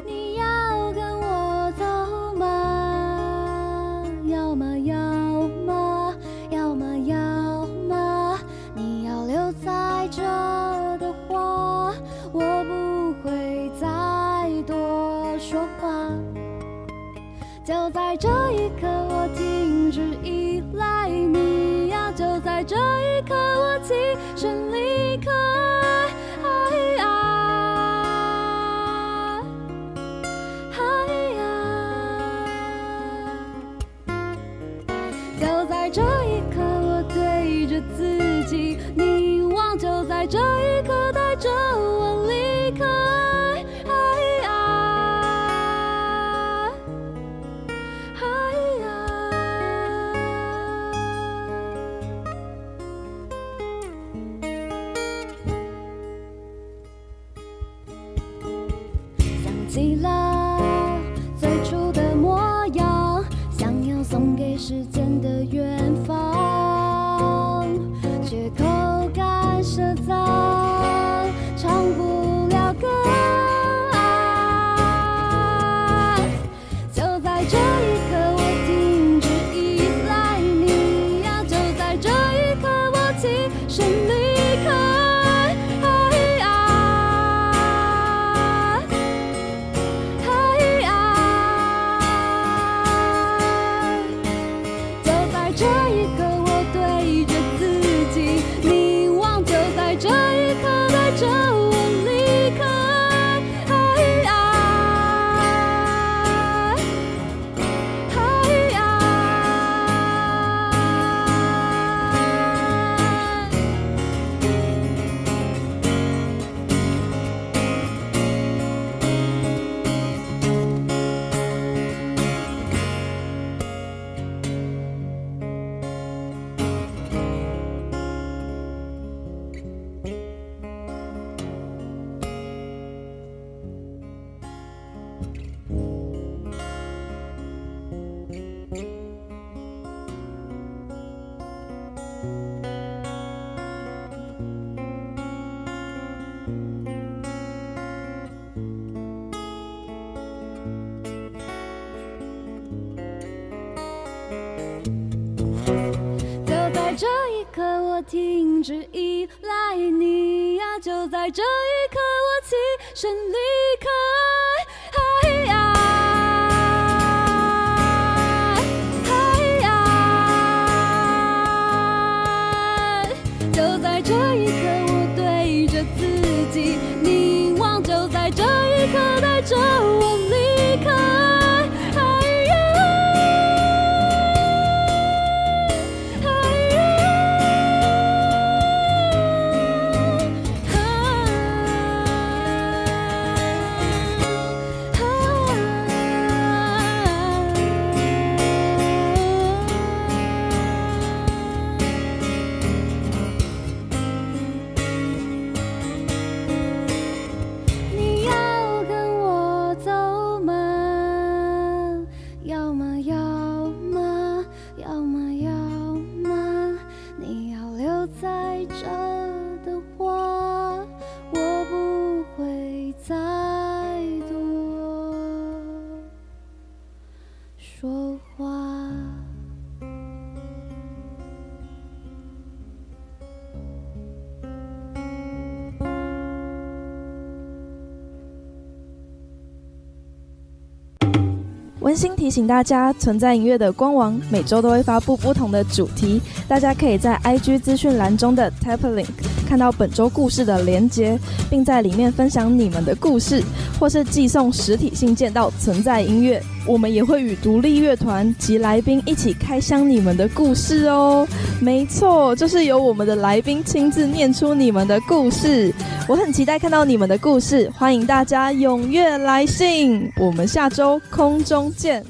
Speaker 5: 你要跟我走吗？要吗？要吗？要吗？要吗？你要留在这的话，我不会再多说话。就在这一刻，我停止依赖你呀、就在这一刻，我起身离开。哎呀哎呀就在这一刻，我对着自己凝望，就在这一刻，带着我离开。哎呀哎呀，想起了最初的模样，想要送给时间的远方，却口干舌燥，唱不了歌。就在这一刻，我停止依赖你呀、就在这一刻，我起身离开。哎呀，哎呀。就在这一刻，我对着自己凝望，就在这一刻，带着我离开。哎呀，哎呀。就在这一刻，我停止依赖你呀、就在这一刻，我起身离开。哎呀，哎呀，就在这一刻，我对着自己凝望，就在这一刻，带着我离开。哎呀。啊。开着的花，我不会再多说话。
Speaker 1: 温馨提醒大家，存在音乐的官网每周都会发布不同的主题，大家可以在 IG 资讯栏中的 Tap Link 看到本周故事的连接，并在里面分享你们的故事，或是寄送实体信件到存在音乐。我们也会与独立乐团及来宾一起开箱你们的故事哦。没错，就是由我们的来宾亲自念出你们的故事。 我很期待看到你们的故事，欢迎大家踊跃来信。我们下周空中见。